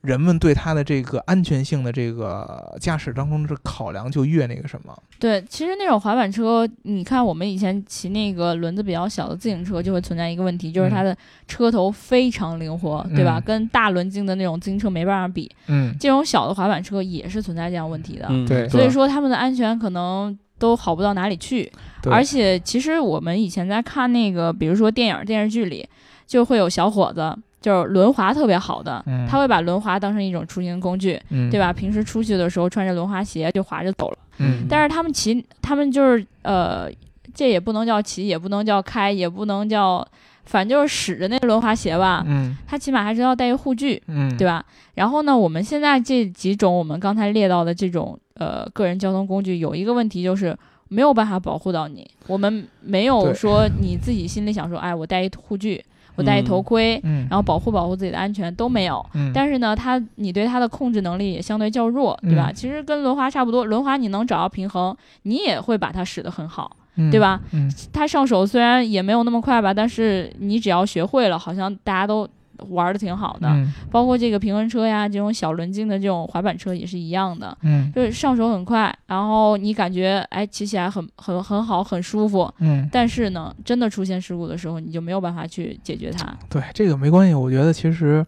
Speaker 3: 人们对它的这个安全性的这个驾驶当中的考量就越那个什么。
Speaker 2: 对，其实那种滑板车，你看我们以前骑那个轮子比较小的自行车，就会存在一个问题，就是它的车头非常灵活，对吧？
Speaker 3: 嗯
Speaker 2: 跟大轮径的那种自行车没办法比。
Speaker 3: 嗯，
Speaker 2: 这种小的滑板车也是存在这样问题的，
Speaker 4: 嗯，
Speaker 3: 对
Speaker 2: 所以说他们的安全可能都好不到哪里去。
Speaker 3: 对
Speaker 2: 而且其实我们以前在看那个，比如说电影、电视剧里，就会有小伙子。就是轮滑特别好的，
Speaker 3: 嗯
Speaker 2: 他会把轮滑当成一种出行工具，
Speaker 3: 嗯，
Speaker 2: 对？吧？平时出去的时候穿着轮滑鞋就滑着走了。
Speaker 3: 嗯，
Speaker 2: 但是他们骑，他们就是呃，这也不能叫骑，也不能叫开，也不能叫，反正就是使着那轮滑鞋吧。
Speaker 3: 嗯
Speaker 2: 他起码还是要带一护具，
Speaker 3: 嗯，
Speaker 2: 对吧？然后呢，我们现在这几种我们刚才列到的这种呃个人交通工具，有一个问题就是。没有办法保护到你，我们没有
Speaker 3: 对
Speaker 2: 说你自己心里想说，哎，我戴一护具，我戴一头
Speaker 4: 嗯
Speaker 2: 盔，
Speaker 3: 嗯，
Speaker 2: 然后保护保护自己的安全都没有。
Speaker 3: 嗯，
Speaker 2: 但是呢，它你对它的控制能力也相对较弱，对吧？
Speaker 3: 嗯
Speaker 2: 其实跟轮滑差不多，轮滑你能找到平衡，你也会把它使得很好，
Speaker 3: 嗯
Speaker 2: 对？吧？
Speaker 3: 嗯，
Speaker 2: 它上手虽然也没有那么快吧，但是你只要学会了，好像大家都玩的挺好的。
Speaker 3: 嗯
Speaker 2: 包括这个平衡车呀，这种小轮径的这种滑板车也是一样的，
Speaker 3: 嗯
Speaker 2: 就是上手很快，然后你感觉哎骑起来很很很好，很舒服。
Speaker 3: 嗯，
Speaker 2: 但是呢，真的出现事故的时候，你就没有办法去解决它。
Speaker 3: 对，这个没关系，我觉得其实。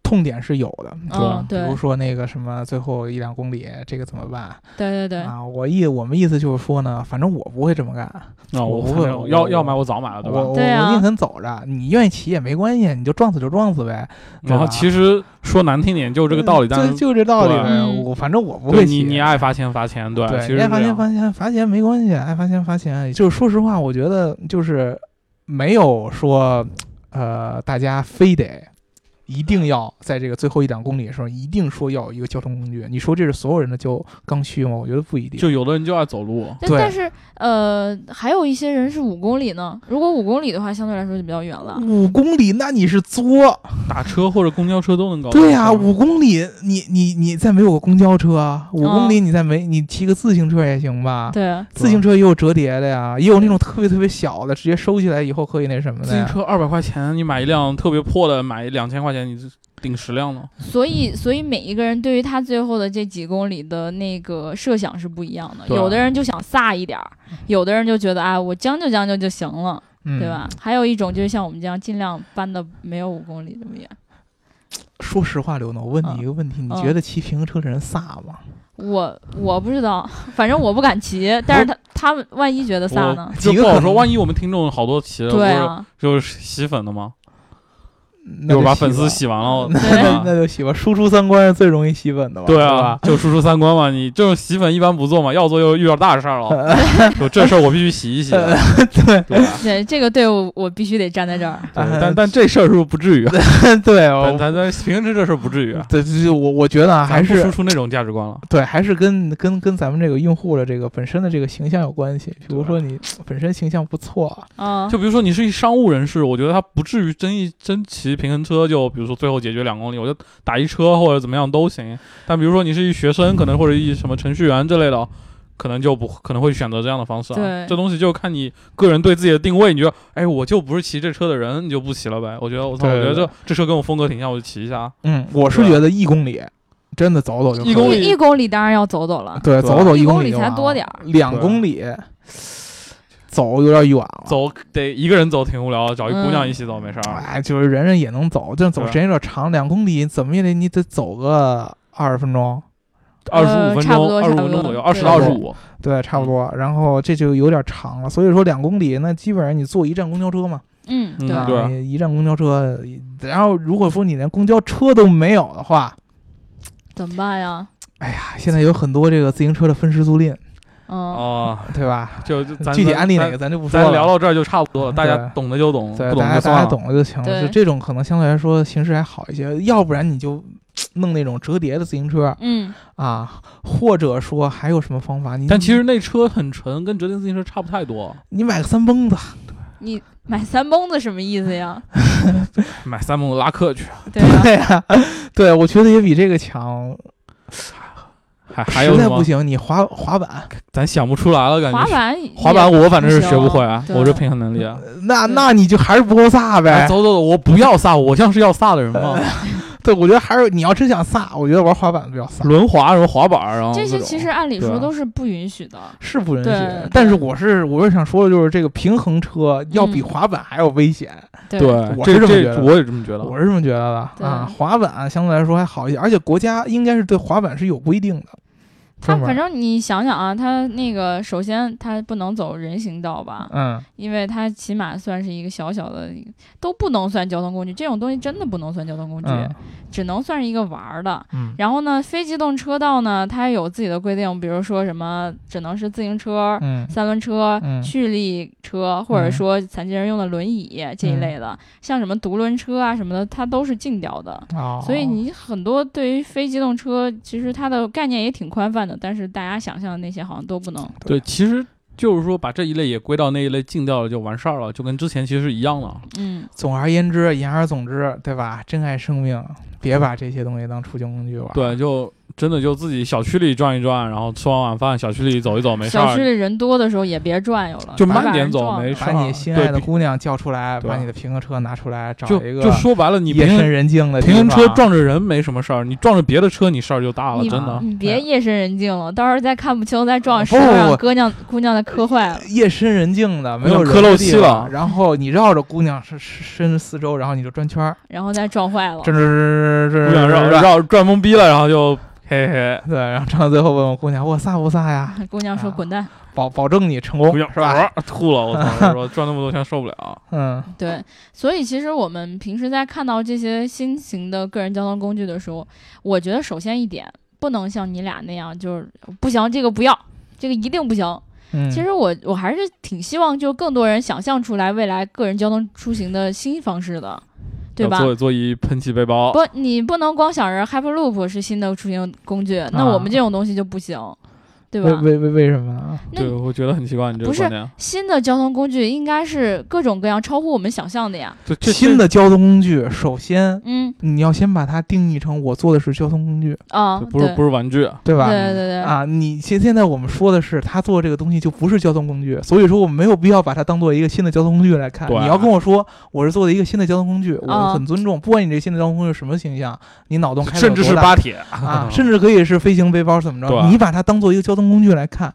Speaker 3: 痛点是有的，对吧？
Speaker 2: 嗯对
Speaker 3: 比如说那个什么，最后一两公里这个怎么办
Speaker 2: 对对对，
Speaker 3: 啊？我意我们意思就是说呢，反正我不会这么干，
Speaker 4: 那啊我
Speaker 3: 我
Speaker 4: 反
Speaker 3: 会
Speaker 4: 正
Speaker 3: 我
Speaker 4: 要要买我早买了，对吧？
Speaker 3: 我我
Speaker 2: 对啊
Speaker 3: 我宁肯走着，你愿意骑也没关系，你就撞死就撞死呗。对
Speaker 4: 然后
Speaker 3: 吧
Speaker 4: 其实说难听点，就是这个道理，但
Speaker 3: 就是就这道理
Speaker 4: 对
Speaker 3: 呗。
Speaker 2: 嗯
Speaker 3: 我反正我不
Speaker 4: 对
Speaker 3: 会
Speaker 4: 你
Speaker 3: 骑，
Speaker 4: 你爱罚钱罚钱，对其
Speaker 3: 对，哎
Speaker 4: 实
Speaker 3: 你爱罚
Speaker 4: 这
Speaker 3: 钱
Speaker 4: 样
Speaker 3: 罚钱罚钱没关系，爱罚钱罚钱。就是说实话，我觉得就是没有说呃，大家非得。一定要在这个最后一两公里的时候，一定说要有一个交通工具。你说这是所有人的交刚需吗？我觉得不一定。
Speaker 4: 就有的人就爱走路，
Speaker 2: 但
Speaker 3: 对
Speaker 2: 但是呃，还有一些人是五公里呢。如果五公里的话，相对来说就比较远了。
Speaker 3: 五公里，那你是作？
Speaker 4: 打车或者公交车都能搞到。
Speaker 3: 对呀、
Speaker 4: 呀，
Speaker 3: 五公里，你你你再没有个公交车啊，五公
Speaker 4: 哦
Speaker 3: 里你再没你骑个自行车也行吧？
Speaker 2: 对，
Speaker 3: 自行车也有折叠的呀，也有那种特别特别小的，直接收起来以后可以那什么
Speaker 4: 自
Speaker 3: 的
Speaker 4: 行
Speaker 3: 呀。
Speaker 4: 车二百块钱，你买一辆特别破的，买两千块钱，你顶十辆呢。
Speaker 2: 所以所以每一个人对于他最后的这几公里的那个设想是不一样的。
Speaker 4: 对
Speaker 3: 啊
Speaker 2: 有的人就想飒一点儿，有的人就觉得啊，我将就将就就行了，
Speaker 3: 嗯，
Speaker 2: 对？吧？还有一种就是像我们这样，尽量搬的没有五公里这么远。
Speaker 3: 说实话，刘能，我问你一个问题，你
Speaker 2: 嗯
Speaker 3: 觉得骑平衡车的人飒吗？
Speaker 2: 我我不知道， 反正我不敢骑，但是
Speaker 4: 哦
Speaker 2: 他他们万一觉得飒呢
Speaker 4: 我？
Speaker 3: 几
Speaker 4: 这
Speaker 3: 个
Speaker 4: 不好
Speaker 3: 可能
Speaker 4: 说，万一我们听众好多骑的，
Speaker 2: 对啊，
Speaker 4: 或者就是洗粉的吗？
Speaker 3: 那
Speaker 4: 就
Speaker 3: 就是
Speaker 4: 把
Speaker 3: 洗吧
Speaker 4: 粉 丝，洗完了，
Speaker 3: 那
Speaker 4: 对
Speaker 3: 那
Speaker 4: 吧
Speaker 3: 那就洗吧。输出三观是最容易洗粉的吧？
Speaker 4: 对啊
Speaker 3: 吧，？
Speaker 4: 就输出三观嘛，你就是洗粉一般不做嘛，要做又遇到大事儿了， 就这事儿我必须洗一洗的。对对 吧
Speaker 2: 对这个队伍我必须得站在这 儿。
Speaker 4: 对
Speaker 3: 呃
Speaker 4: 但但这事儿是不是不至于啊？
Speaker 3: 对
Speaker 4: 咱
Speaker 3: 哦，
Speaker 4: 咱咱平时这事儿不至于啊，
Speaker 3: 对，就我我觉得啊，还
Speaker 4: 咱不
Speaker 3: 是
Speaker 4: 输出那种价值观了。
Speaker 3: 对，还是跟跟跟咱们这个用户的这个本身的这个形象有关系。比如
Speaker 4: 啊
Speaker 3: 说你本身形象不错，啊
Speaker 2: 嗯，
Speaker 4: 就比如说你是一商务人士，我觉得他不至于真一真骑平衡车，就比如说最后解决两公里，我就打一车或者怎么样都行。但比如说你是一学生，可能或者一什么程序员之类的。可能就不可能会选择这样的方式啊
Speaker 2: 对，
Speaker 4: 这东西就看你个人对自己的定位。你觉得，哎，我就不是骑这车的人，你就不骑了呗。我觉得，我操，我
Speaker 3: 对
Speaker 4: 觉得
Speaker 3: 对
Speaker 4: 这这车跟我风格挺像，我就骑一下啊。
Speaker 3: 嗯，我是
Speaker 4: 对啊
Speaker 3: 觉得一公里真的走走就可以
Speaker 4: 一公里
Speaker 2: 一 公里当然要走走了。
Speaker 3: 对，
Speaker 4: 对啊
Speaker 3: 走走
Speaker 2: 一
Speaker 3: 一
Speaker 2: 公
Speaker 3: 公
Speaker 2: 里
Speaker 3: 就
Speaker 2: 才
Speaker 3: 完
Speaker 2: 多
Speaker 3: 了
Speaker 2: 点儿
Speaker 3: 两
Speaker 4: 对
Speaker 3: 公里。走有点远了。
Speaker 4: 走得一个人走挺无聊的，找一姑娘一起走没事
Speaker 2: 嗯
Speaker 4: 儿。
Speaker 3: 哎，就是人人也能走，但走时间有点长，两公里怎么也得你得走个二十分钟，
Speaker 4: 二十五分
Speaker 2: 差不
Speaker 4: 钟，
Speaker 2: 多
Speaker 4: 二十五分
Speaker 2: 差
Speaker 4: 钟
Speaker 2: 不多
Speaker 4: 左右，二十
Speaker 3: 对
Speaker 4: 到二十五。
Speaker 3: 对，差不多。
Speaker 4: 嗯
Speaker 3: 然后这就有点长了，所以说两公里那基本上你坐一站公交车嘛，
Speaker 2: 嗯，
Speaker 4: 嗯
Speaker 2: 对，
Speaker 3: 啊
Speaker 4: 对
Speaker 3: 你一站公交车。然后如果说你连公交车都没有的话，
Speaker 2: 怎么办呀？
Speaker 3: 哎呀，现在有很多这个自行车的分时租赁，
Speaker 2: 嗯，
Speaker 4: 哦，
Speaker 3: 对吧？
Speaker 4: 就就咱
Speaker 3: 具体案例哪
Speaker 4: 咱
Speaker 3: 个咱就不说
Speaker 4: 咱
Speaker 3: 了，
Speaker 4: 聊到这儿就差不多了，大家
Speaker 3: 对
Speaker 4: 懂的就懂，
Speaker 3: 对
Speaker 4: 不懂
Speaker 3: 大家
Speaker 4: 就
Speaker 3: 大
Speaker 4: 算
Speaker 3: 家
Speaker 4: 了。
Speaker 3: 懂了就行了。
Speaker 2: 对
Speaker 3: 就这种可能相对来说形式还好一些，要不然你就弄那种折叠的自行车
Speaker 2: 嗯，
Speaker 3: 啊，或者说还有什么方法？你
Speaker 4: 但其实那车很沉，跟折叠自行车差不太多。
Speaker 3: 你买个三 蹦子，
Speaker 2: 你买三蹦子什么意思呀？
Speaker 4: 买三蹦拉客去，
Speaker 2: 对 啊，
Speaker 3: 对呀、对我觉得也比这个强。
Speaker 4: 还还有
Speaker 3: 实
Speaker 4: 什
Speaker 3: 在不
Speaker 4: 么？
Speaker 3: 行，你滑滑板，
Speaker 4: 咱想不出来了，感
Speaker 2: 滑
Speaker 4: 觉。
Speaker 2: 板也，
Speaker 4: 滑板我反正是
Speaker 2: 不
Speaker 4: 学
Speaker 2: 行
Speaker 4: 不会啊，
Speaker 2: 对
Speaker 4: 我这平衡能力啊。
Speaker 3: 那
Speaker 2: 对
Speaker 3: 那你就还是不够飒
Speaker 4: 哎，
Speaker 3: 呗。
Speaker 4: 走走走，我不要飒，我像是要飒的人吗？
Speaker 3: 对，我觉得还是你要真想飒，我觉得玩滑板比较飒，
Speaker 4: 轮滑什么滑板儿，然后
Speaker 2: 这些
Speaker 4: 啊各种
Speaker 2: 其实按理
Speaker 4: 对
Speaker 2: 说
Speaker 4: 啊
Speaker 2: 都是不允许的。
Speaker 3: 是不允
Speaker 2: 对嗯
Speaker 3: 许。但是我是我是想说的就是这个平衡车要比滑板还要危险，
Speaker 2: 对
Speaker 4: 对，
Speaker 3: 我
Speaker 4: 这
Speaker 3: 是这么觉
Speaker 4: 这
Speaker 3: 得
Speaker 4: 我也这么觉得。
Speaker 3: 我是这么觉得的
Speaker 2: 对
Speaker 3: 啊。滑板相对来说还好一些，而且国家应该是对滑板是有规定的。
Speaker 2: 他
Speaker 3: 专门
Speaker 2: 反正你想想啊，他那个首先他不能走人行道吧，
Speaker 3: 嗯，
Speaker 2: 因为他起码算是一个小小的一个，都不能算交通工具，这种东西真的不能算交通工具，
Speaker 3: 嗯
Speaker 2: 只能算是一个玩儿的。
Speaker 3: 嗯
Speaker 2: 然后呢，非机动车道呢，它有自己的规定，比如说什么只能是自行车、
Speaker 3: 嗯
Speaker 2: 三轮车、
Speaker 3: 嗯
Speaker 2: 蓄力车，或者
Speaker 3: 嗯
Speaker 2: 说残疾人用的轮椅这一类的，像什么独轮车啊什么的，它都是禁掉的。
Speaker 3: 哦，
Speaker 2: 所以你很多对于非机动车，其实它的概念也挺宽泛的，但是大家想象的那些好像都不能。
Speaker 4: 对，其实就是说把这一类也归到那一类禁掉了就完事儿了，就跟之前其实是一样
Speaker 3: 啊
Speaker 4: 的。
Speaker 2: 嗯，
Speaker 3: 总而言之，言而总之，对吧？珍爱生命，别把这些东西当出行工具玩。
Speaker 4: 对，就真的就自己小区里转一转，然后吃完晚饭小区里走一走没事
Speaker 2: 小区
Speaker 4: 儿，
Speaker 2: 里人多的时候也别转悠了，
Speaker 4: 就
Speaker 2: 别
Speaker 4: 慢
Speaker 2: 把
Speaker 4: 点
Speaker 2: 人
Speaker 4: 走
Speaker 2: 撞
Speaker 4: 没
Speaker 2: 了
Speaker 4: 事
Speaker 3: 把
Speaker 4: 儿
Speaker 3: 你心爱的
Speaker 4: 对比
Speaker 3: 姑娘叫出来，
Speaker 4: 对
Speaker 3: 把你的平衡车拿出来，找
Speaker 4: 就
Speaker 3: 一个
Speaker 4: 就说白了，你
Speaker 3: 夜
Speaker 4: 平
Speaker 3: 深
Speaker 4: 衡
Speaker 3: 人静的地
Speaker 4: 平衡车
Speaker 3: 方，
Speaker 4: 撞着人没什么事儿，你撞着别的车你事儿就大了，
Speaker 2: 你
Speaker 4: 真的。哎
Speaker 2: 你别夜深人静了，到时候再看不清，再撞
Speaker 3: 不
Speaker 2: 石头
Speaker 3: 不
Speaker 2: 让
Speaker 3: 不
Speaker 2: 姑娘姑娘再磕坏了。
Speaker 3: 夜深人静的，没
Speaker 4: 有
Speaker 3: 有
Speaker 4: 点
Speaker 3: 人
Speaker 4: 磕
Speaker 3: 的
Speaker 4: 漏
Speaker 3: 地
Speaker 4: 气
Speaker 3: 方
Speaker 4: 了
Speaker 3: 然后你绕着姑娘身身四周，然后你就转圈儿，
Speaker 2: 然后再撞坏了。
Speaker 3: 转转转
Speaker 4: 不
Speaker 3: 转
Speaker 4: 想
Speaker 3: 转
Speaker 4: 啊绕
Speaker 3: 转转，
Speaker 4: 绕转懵逼了，然后就嘿嘿，
Speaker 3: 对，然后转到最后问问姑娘，我飒不飒呀？
Speaker 2: 姑娘说：“
Speaker 3: 啊
Speaker 2: 滚蛋
Speaker 3: 保保证你成功
Speaker 4: 不想
Speaker 3: 是吧？？
Speaker 4: 呃 吐了，我操！ 我说赚那么多钱受不了。
Speaker 3: 嗯！”
Speaker 2: 对，所以其实我们平时在看到这些新型的个人交通工具的时候，我觉得首先一点，不能像你俩那样，就是不行，这个不要，这个一定不行。
Speaker 3: 嗯，
Speaker 2: 其实我我还是挺希望，就更多人想象出来未来个人交通出行的新方式的，对吧？
Speaker 4: 座座椅喷气背包，
Speaker 2: 不，你不能光想着 Hyperloop 是新的出行工具，那我们这种东西就不行，对吧
Speaker 3: 为？为为为什么呢？
Speaker 2: 那
Speaker 4: 对，我觉得很奇怪，你这
Speaker 2: 不
Speaker 4: 个
Speaker 2: 是
Speaker 4: 观点。
Speaker 2: 新的交通工具应该是各种各样超乎我们想象的呀。
Speaker 4: 就这
Speaker 3: 新的交通工具，首先
Speaker 2: 嗯
Speaker 3: 你要先把它定义成我做的是交通工具，
Speaker 2: 啊，
Speaker 4: 这不是
Speaker 2: 对
Speaker 4: 不是玩具，
Speaker 3: 对吧？
Speaker 2: 对对对，
Speaker 3: 啊，你现现在我们说的是他做这个东西就不是交通工具，所以说我们没有必要把它当做一个新的交通工具来看。
Speaker 4: 对
Speaker 3: 你要跟我说我是做的一个新的交通工具，
Speaker 2: 啊
Speaker 3: 我很尊重，不管你这新的交通工具是什么形象，你脑洞开得有
Speaker 4: 甚至
Speaker 3: 多
Speaker 4: 是
Speaker 3: 大
Speaker 4: 巴铁
Speaker 3: 啊，甚至可以是飞行背包怎么
Speaker 4: 对
Speaker 3: 着，你把它当做一个交通工具来看，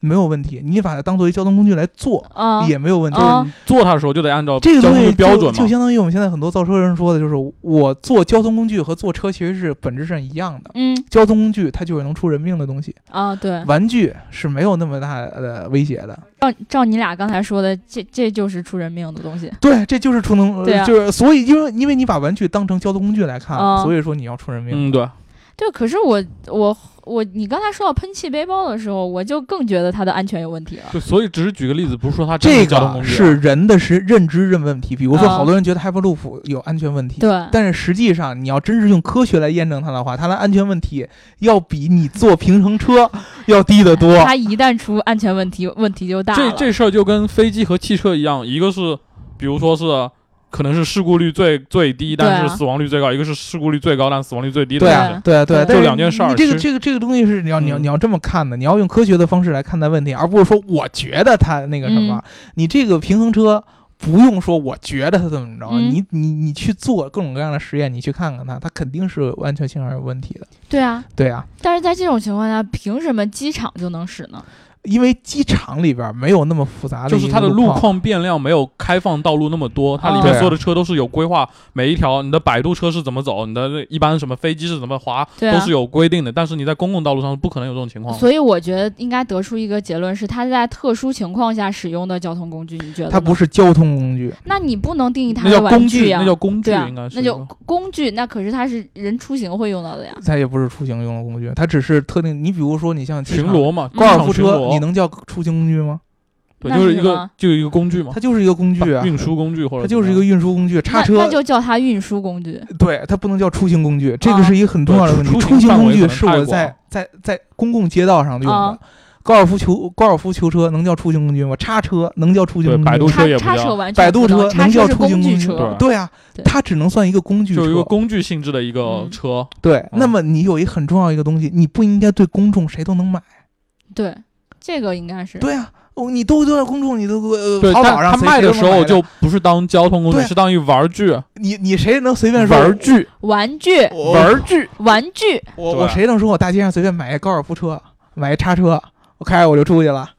Speaker 3: 没有问题；你把它当做一个交通工具来做、
Speaker 2: 啊，
Speaker 3: 也没有问题。
Speaker 2: 啊
Speaker 4: 坐它的时候就得按照
Speaker 3: 这个
Speaker 4: 交
Speaker 3: 东
Speaker 4: 通
Speaker 3: 西
Speaker 4: 的
Speaker 3: 就
Speaker 4: 标准
Speaker 3: 就
Speaker 4: 嘛。
Speaker 3: 相当于我们现在很多造车人说的，就是我做交通工具和做车其实是本质上一样的。
Speaker 2: 嗯
Speaker 3: 交通工具它就是能出人命的东西，
Speaker 2: 啊，对，
Speaker 3: 玩具是没有那么大的威胁的。
Speaker 2: 照照你俩刚才说的，这这就是出人命的东西。
Speaker 3: 对，这就是出能，呃
Speaker 2: 对啊
Speaker 3: 就是所以因为因为你把玩具当成交通工具来看，
Speaker 2: 嗯
Speaker 3: 所以说你要出人命。
Speaker 4: 嗯，对，
Speaker 2: 对，可是我我我，你刚才说到喷气背包的时候，我就更觉得它的安全有问题了。
Speaker 4: 就所以只是举个例子，不是说它真的
Speaker 3: 这
Speaker 4: 交通
Speaker 3: 个
Speaker 4: 工具啊
Speaker 3: 是人的是认知认问题，比如说
Speaker 2: 嗯
Speaker 3: 好多人觉得 Hyperloop 有安全问题，
Speaker 2: 对，
Speaker 3: 但是实际上你要真是用科学来验证它的话，它的安全问题要比你坐平衡车要低得多。
Speaker 2: 它一旦出安全问题，问题就大
Speaker 4: 这
Speaker 2: 了。
Speaker 4: 这事儿就跟飞机和汽车一样，一个是比如说是可能是事故率最最低，
Speaker 2: 对啊
Speaker 4: 但是死亡率最高；一个是事故率最高，但死亡率最低的
Speaker 3: 对
Speaker 4: 东
Speaker 3: 啊
Speaker 4: 西。，
Speaker 3: 对啊，对
Speaker 2: 对
Speaker 3: 啊，但
Speaker 4: 就是两件事儿
Speaker 3: 你这个
Speaker 4: 其实
Speaker 3: 这个这个东西是你要你要
Speaker 4: 嗯
Speaker 3: 你要这么看的，你要用科学的方式来看待问题，而不是说我觉得它那个什么，
Speaker 4: 嗯
Speaker 3: 你这个平衡车。不用说，我觉得它怎么着，
Speaker 2: 嗯
Speaker 3: 你你你去做各种各样的实验，你去看看它，它肯定是有安全性上有问题的。
Speaker 2: 对啊，
Speaker 3: 对啊，
Speaker 2: 但是在这种情况下，凭什么机场就能使呢？
Speaker 3: 因为机场里边没有那么复杂的
Speaker 4: 就
Speaker 3: 一
Speaker 4: 是
Speaker 3: 个
Speaker 4: 它的
Speaker 3: 路
Speaker 4: 路况变量没有开放道路那么多，它里面
Speaker 3: 对啊
Speaker 4: 所有的车都是有规划，每一条你的摆渡车是怎么走，你的那一般什么飞机是怎么滑，
Speaker 2: 对啊
Speaker 4: 都是有规定的。但是你在公共道路上是不可能有这种
Speaker 3: 哦
Speaker 4: 情况的。
Speaker 2: 所以我觉得应该得出一个结论是，它在特殊情况下使用的交通工具，你觉得呢？
Speaker 3: 它不是交通工具，
Speaker 2: 那你不能定义它
Speaker 4: 那
Speaker 2: 为
Speaker 4: 叫
Speaker 2: 玩
Speaker 4: 工具，
Speaker 2: 呀
Speaker 4: 那，叫工具，
Speaker 2: 对啊
Speaker 4: 应该，是
Speaker 2: 那
Speaker 4: 一
Speaker 2: 就
Speaker 4: 个
Speaker 2: 工具，那可是它是人出行会用到的呀。
Speaker 3: 它也不是出行用的工具，它只是特定。你比如说，你像机
Speaker 4: 巡
Speaker 3: 场
Speaker 4: 逻嘛，
Speaker 3: 嗯高尔夫
Speaker 4: 机场巡
Speaker 3: 车，
Speaker 4: 逻嗯
Speaker 3: 你能叫出行工具吗？
Speaker 4: 对，
Speaker 2: 那
Speaker 4: 就是是一
Speaker 2: 吗
Speaker 4: 个就一个工具嘛，
Speaker 3: 它就是一个工具啊，
Speaker 4: 运输工具或者
Speaker 3: 它就是一
Speaker 4: 怎么
Speaker 3: 个运输工具。叉
Speaker 2: 那
Speaker 3: 车
Speaker 2: 那就叫它运输工具。
Speaker 3: 对它不能叫出行工具，这
Speaker 2: 啊
Speaker 3: 个是一个很重要的问题。
Speaker 4: 对出
Speaker 3: 出行工具
Speaker 4: 出行范围
Speaker 3: 是
Speaker 4: 可能
Speaker 3: 我
Speaker 4: 太广
Speaker 3: 在在在公共街道上用
Speaker 2: 啊
Speaker 3: 的。高尔夫球高尔夫球车能叫出行工具吗？叉车能叫出行
Speaker 4: 对
Speaker 3: 工具吗？
Speaker 4: 摆渡
Speaker 2: 叉
Speaker 4: 车也不
Speaker 2: 叉
Speaker 4: 叫
Speaker 2: 车完全
Speaker 3: 摆渡
Speaker 2: 不能
Speaker 3: 车
Speaker 2: 叉
Speaker 3: 能叫
Speaker 2: 是
Speaker 3: 出行
Speaker 2: 工具
Speaker 3: 工具
Speaker 2: 车。
Speaker 4: 对
Speaker 3: 对啊
Speaker 2: 对，
Speaker 3: 它只能算一个工具
Speaker 4: 样，就是一
Speaker 3: 车
Speaker 4: 个。工具性质的一个
Speaker 2: 嗯
Speaker 4: 车，
Speaker 3: 对，那
Speaker 4: 嗯
Speaker 3: 么你有一个很重要一个东西，你不应该对公众谁都能买。
Speaker 2: 对，这个应该是。
Speaker 3: 对啊，哦你都都在公众，你都呃
Speaker 4: 对，
Speaker 3: 淘
Speaker 4: 但
Speaker 3: 宝上
Speaker 4: 他
Speaker 3: 谁
Speaker 4: 卖
Speaker 3: 谁
Speaker 4: 的
Speaker 3: 都
Speaker 4: 时
Speaker 3: 能买
Speaker 4: 候
Speaker 3: 得
Speaker 4: 就不是当交通工具，
Speaker 3: 对啊
Speaker 4: 是当一玩具，
Speaker 3: 你你谁能随便说
Speaker 4: 玩具，
Speaker 2: 玩具，
Speaker 3: 我
Speaker 4: 玩具，
Speaker 2: 玩具，
Speaker 3: 我
Speaker 4: 对
Speaker 3: 我谁能说我大街上随便买一高尔夫车，买一叉车，我开着我就出去了？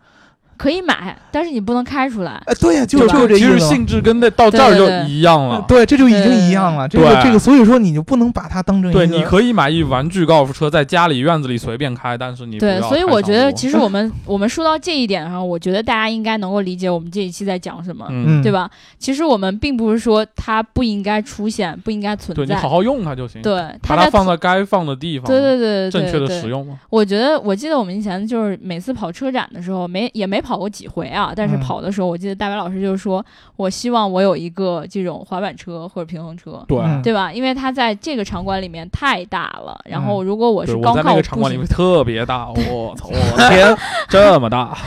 Speaker 2: 可以买，但是你不能开出来。
Speaker 3: 哎，对呀、就
Speaker 2: 对吧
Speaker 3: 就这
Speaker 4: 其
Speaker 3: 意
Speaker 4: 实
Speaker 3: 思嘛。
Speaker 4: 性质跟那到这儿
Speaker 2: 对
Speaker 4: 就
Speaker 2: 对对
Speaker 4: 一样了。
Speaker 3: 对，这就已经
Speaker 2: 嗯对
Speaker 3: 一样了。这个
Speaker 4: 对
Speaker 3: 这个，所以说你就不能把它当成一个
Speaker 4: 对，你可以买一玩具高尔夫车，在家里院子里随便开，但是你不
Speaker 2: 对，
Speaker 4: 要
Speaker 2: 所以
Speaker 4: 开
Speaker 2: 我
Speaker 4: 上
Speaker 2: 觉得
Speaker 4: 路
Speaker 2: 其实我们 我们说到这一点上，我觉得大家应该能够理解我们这一期在讲什么，
Speaker 4: 嗯，
Speaker 3: 嗯，
Speaker 2: 对？吧？其实我们并不是说它不应该出现，不应该存
Speaker 4: 对你
Speaker 2: 在
Speaker 4: 好，好用它就行，
Speaker 2: 对
Speaker 4: 把
Speaker 2: 在
Speaker 4: 它放
Speaker 2: 存
Speaker 4: 在该放的地方，
Speaker 2: 对对对对
Speaker 4: 正确的
Speaker 2: 对
Speaker 4: 使用嘛。
Speaker 2: 我觉得，我记得我们以前就是每次跑车展的时候，没也没跑过几回啊。但是
Speaker 3: 嗯
Speaker 2: 跑的时候，我记得大白老师就说：“我希望我有一个这种滑板车或者平衡车，
Speaker 4: 对
Speaker 3: 嗯
Speaker 2: 对吧？因为它在这个场馆里面太大了。然后如果我
Speaker 4: 嗯对，
Speaker 2: 是
Speaker 4: 我
Speaker 2: 高
Speaker 4: 在
Speaker 2: 靠
Speaker 4: 那
Speaker 2: 我
Speaker 4: 个场
Speaker 2: 步
Speaker 4: 馆里面
Speaker 2: 行，
Speaker 4: 特别 大，我操，我的天，这么大，啊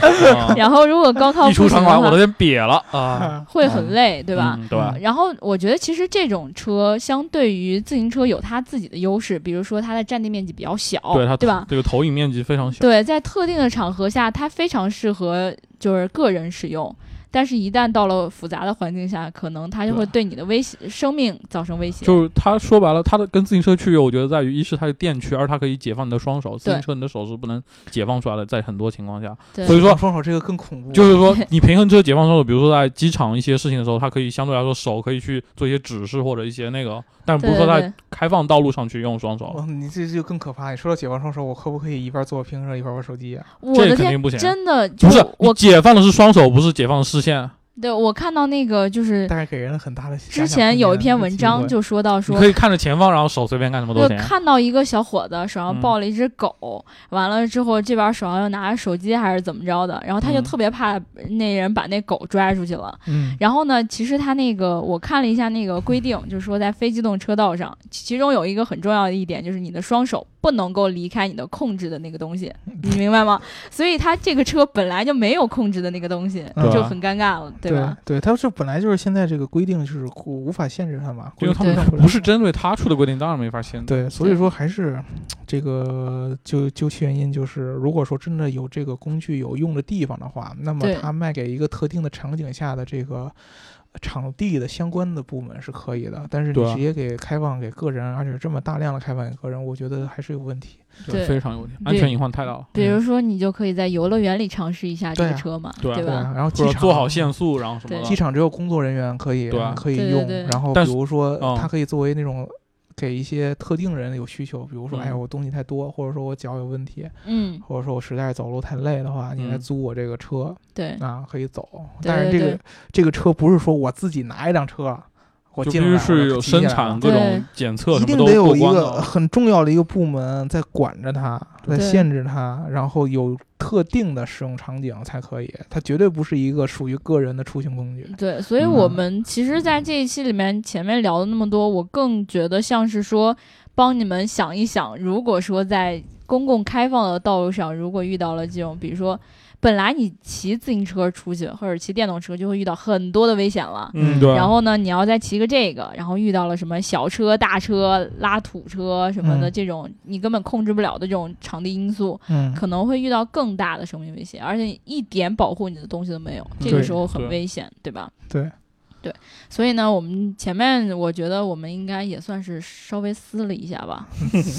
Speaker 2: 然后如果高靠
Speaker 4: 一出
Speaker 2: 步行
Speaker 4: 场
Speaker 2: 的
Speaker 4: 馆我
Speaker 2: 话
Speaker 4: 都，先瘪了啊，
Speaker 3: 啊
Speaker 2: 会很累，对吧？
Speaker 4: 嗯对吧？
Speaker 2: 然后我觉得，其实这种车相对于自行车有它自己的优势，比如说它的占地面积比较小，
Speaker 4: 对它
Speaker 2: 对吧？
Speaker 4: 这个投影面积非常小，
Speaker 2: 对，在特定的场合下，它非常适合就是个人使用，但是一旦到了复杂的环境下，可能它就会对你的威胁生命造成威胁。
Speaker 4: 就是它说白了，它的跟自行车区别，我觉得在于一是它的电驱，二它可以解放你的双手，自行车你的手是不能解放出来的，在很多情况下，
Speaker 2: 对
Speaker 4: 所以说。
Speaker 3: 双手这个更恐怖。啊
Speaker 4: 就是说，你平衡车解放双手，比如说在机场一些事情的时候，它可以相对来说手可以去做一些指示或者一些那个，但不
Speaker 2: 对
Speaker 4: 是
Speaker 2: 对
Speaker 4: 说在
Speaker 2: 对，
Speaker 4: 开放道路上去用双手
Speaker 3: 哦，，你这就更可怕。你说到解放双手，我可不可以一边做平衡一边玩手机啊？
Speaker 2: 我的
Speaker 4: 肯
Speaker 2: 天
Speaker 4: 定不，行
Speaker 2: 真的
Speaker 4: 不是
Speaker 2: 就
Speaker 4: 你
Speaker 2: 我
Speaker 4: 解放的是双手，不是解放视线。
Speaker 2: 对我看到那个就是
Speaker 3: 但是给人很大的遐想空间。
Speaker 2: 之前有一篇文章
Speaker 3: 这个机
Speaker 2: 就说到
Speaker 4: 你
Speaker 2: 说
Speaker 4: 可。以看着前方，然后手随便干什么都
Speaker 2: 就
Speaker 4: 行。
Speaker 2: 看到一个小伙子手上
Speaker 4: 嗯
Speaker 2: 抱了一只狗，完了之后这边手上又拿着手机还是怎么着的，然后他就
Speaker 4: 嗯
Speaker 2: 特别怕那人把那狗拽出去了，
Speaker 3: 会，嗯，
Speaker 2: 然后呢，其实它那个我看了一下那个规定，就是说在非机动车道上，其其中有一个很重要的一点就是你的双手不能够离开你的控制的那个东 西，你明白吗？所以它这个车本来就没有控制的那个东西，
Speaker 3: 嗯
Speaker 2: 就很尴尬了，对吧？
Speaker 3: 对，它这本来就是现在这个规定就是无无法限制它嘛，
Speaker 4: 因为他
Speaker 3: 规
Speaker 4: 们
Speaker 3: 定
Speaker 4: 不
Speaker 3: 上
Speaker 4: 是针对他出的规定，当然没法限制。
Speaker 3: 对，所以
Speaker 2: 对
Speaker 3: 说还是这个就究其原因，就是如果说真的有这个工具有用的地方的话，那么
Speaker 2: 对
Speaker 3: 它卖给一个特定的场景下的这个场地的相关的部门是可以的，但是
Speaker 4: 对
Speaker 3: 你
Speaker 4: 啊
Speaker 3: 直接给开放给个人，而且这么大量的开放给个人，我觉得还是有问题。
Speaker 2: 对
Speaker 4: 非常有点安全隐患太大了。
Speaker 2: 比如说，你就可以在游乐园里尝试一下这
Speaker 3: 对啊
Speaker 2: 个车嘛，
Speaker 4: 对啊
Speaker 2: 对
Speaker 3: 对啊
Speaker 2: 吧？，
Speaker 3: 然后
Speaker 4: 或
Speaker 3: 机
Speaker 4: 者
Speaker 3: 场
Speaker 4: 做好限速，然后什
Speaker 2: 对
Speaker 4: 么
Speaker 3: 机
Speaker 4: 的。
Speaker 3: 场只有工作人员可以
Speaker 4: 对啊
Speaker 3: 可
Speaker 2: 对
Speaker 3: 以
Speaker 2: 对
Speaker 3: 用
Speaker 2: 对，
Speaker 3: 然后
Speaker 4: 但
Speaker 3: 比
Speaker 4: 是
Speaker 3: 如说
Speaker 4: 嗯
Speaker 3: 它可以作为那种。给一些特定人有需求，比如说，
Speaker 4: 嗯
Speaker 3: 哎，我东西太多，或者说我脚有问题，
Speaker 2: 嗯，
Speaker 3: 或者说我实在是走路太累的话，你来
Speaker 4: 嗯
Speaker 3: 租我这个车，
Speaker 2: 对，
Speaker 3: 啊，可以走。
Speaker 2: 对
Speaker 3: 但是
Speaker 2: 对
Speaker 3: 这个
Speaker 2: 对
Speaker 3: 这个车不是说我自己拿一辆车，我
Speaker 4: 就必
Speaker 3: 进来
Speaker 4: 须
Speaker 3: 我
Speaker 4: 是有
Speaker 3: 骑进
Speaker 4: 生
Speaker 3: 来
Speaker 4: 产
Speaker 3: 了
Speaker 4: 各
Speaker 2: 对
Speaker 4: 种检测
Speaker 3: 一
Speaker 4: 什
Speaker 3: 定
Speaker 4: 么都
Speaker 3: 得有
Speaker 4: 过
Speaker 3: 一
Speaker 4: 关
Speaker 3: 个
Speaker 4: 的，哦
Speaker 3: 很重要的一个部门在管着它，在
Speaker 2: 对
Speaker 3: 限制它，然后有特定的使用场景才可以。它绝对不是一个属于个人的出行工具。
Speaker 2: 对，所以
Speaker 4: 嗯
Speaker 2: 我们其实，在这一期里面，前面聊了那么多，我更觉得像是说，帮你们想一想，如果说在公共开放的道路上，如果遇到了这种，比如说，本来你骑自行车出去或者骑电动车，就会遇到很多的危险了。
Speaker 4: 嗯，对。
Speaker 2: 然后呢，你要再骑个这个，然后遇到了什么小车、大车、拉土车什么的
Speaker 3: 嗯
Speaker 2: 这种，你根本控制不了的这种场地因素，
Speaker 3: 嗯，
Speaker 2: 可能会遇到更大的生命危险，而且一点保护你的东西都没有，这个
Speaker 3: 对
Speaker 2: 时候很
Speaker 4: 对
Speaker 2: 危险，对吧？
Speaker 3: 对。
Speaker 2: 所以呢，我们前面我觉得我们应该也算是稍微撕了一下 吧，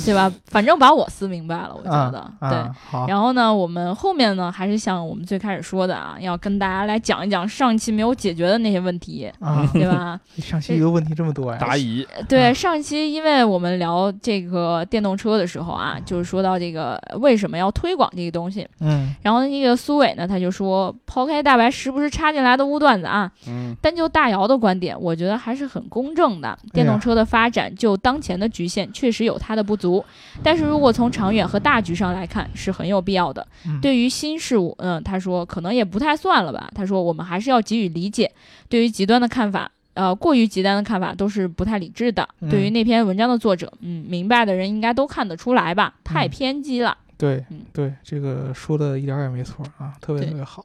Speaker 2: 对吧？反正把我撕明白了，我觉得、
Speaker 3: 啊
Speaker 2: 对。
Speaker 3: 啊、好，
Speaker 2: 然后呢，我们后面呢，还是像我们最开始说的啊，要跟大家来讲一讲上期没有解决的那些问 题，
Speaker 3: 啊，
Speaker 2: 对吧？
Speaker 3: 上期一个问题这么多呀，
Speaker 4: 答疑，
Speaker 2: 对，
Speaker 3: 嗯
Speaker 2: 上一期因为我们聊这个电动车的时候啊，就是说到这个为什么要推广这个东西，
Speaker 3: 嗯
Speaker 2: 然后那个苏伟呢，他就说，抛开大白时不时插进来的污段子啊，
Speaker 4: 嗯，
Speaker 2: 单就大姚的观点，我觉得还是很公正的。
Speaker 3: 哎
Speaker 2: 电动车的发展就当前的局限，确实有它的不足，但是如果从长远和大局上来看，是很有必要的。
Speaker 3: 嗯，
Speaker 2: 对于新事物，嗯，他说可能也不太算了吧。他说我们还是要给予理解，对于极端的看法，呃，过于极端的看法都是不太理智的。
Speaker 3: 嗯
Speaker 2: 对于那篇文章的作者，嗯，明白的人应该都看得出来吧，太
Speaker 3: 嗯
Speaker 2: 偏激了。
Speaker 3: 对
Speaker 2: 嗯
Speaker 3: 对，这个说的一点儿也没错啊，特别
Speaker 2: 对
Speaker 3: 特别好，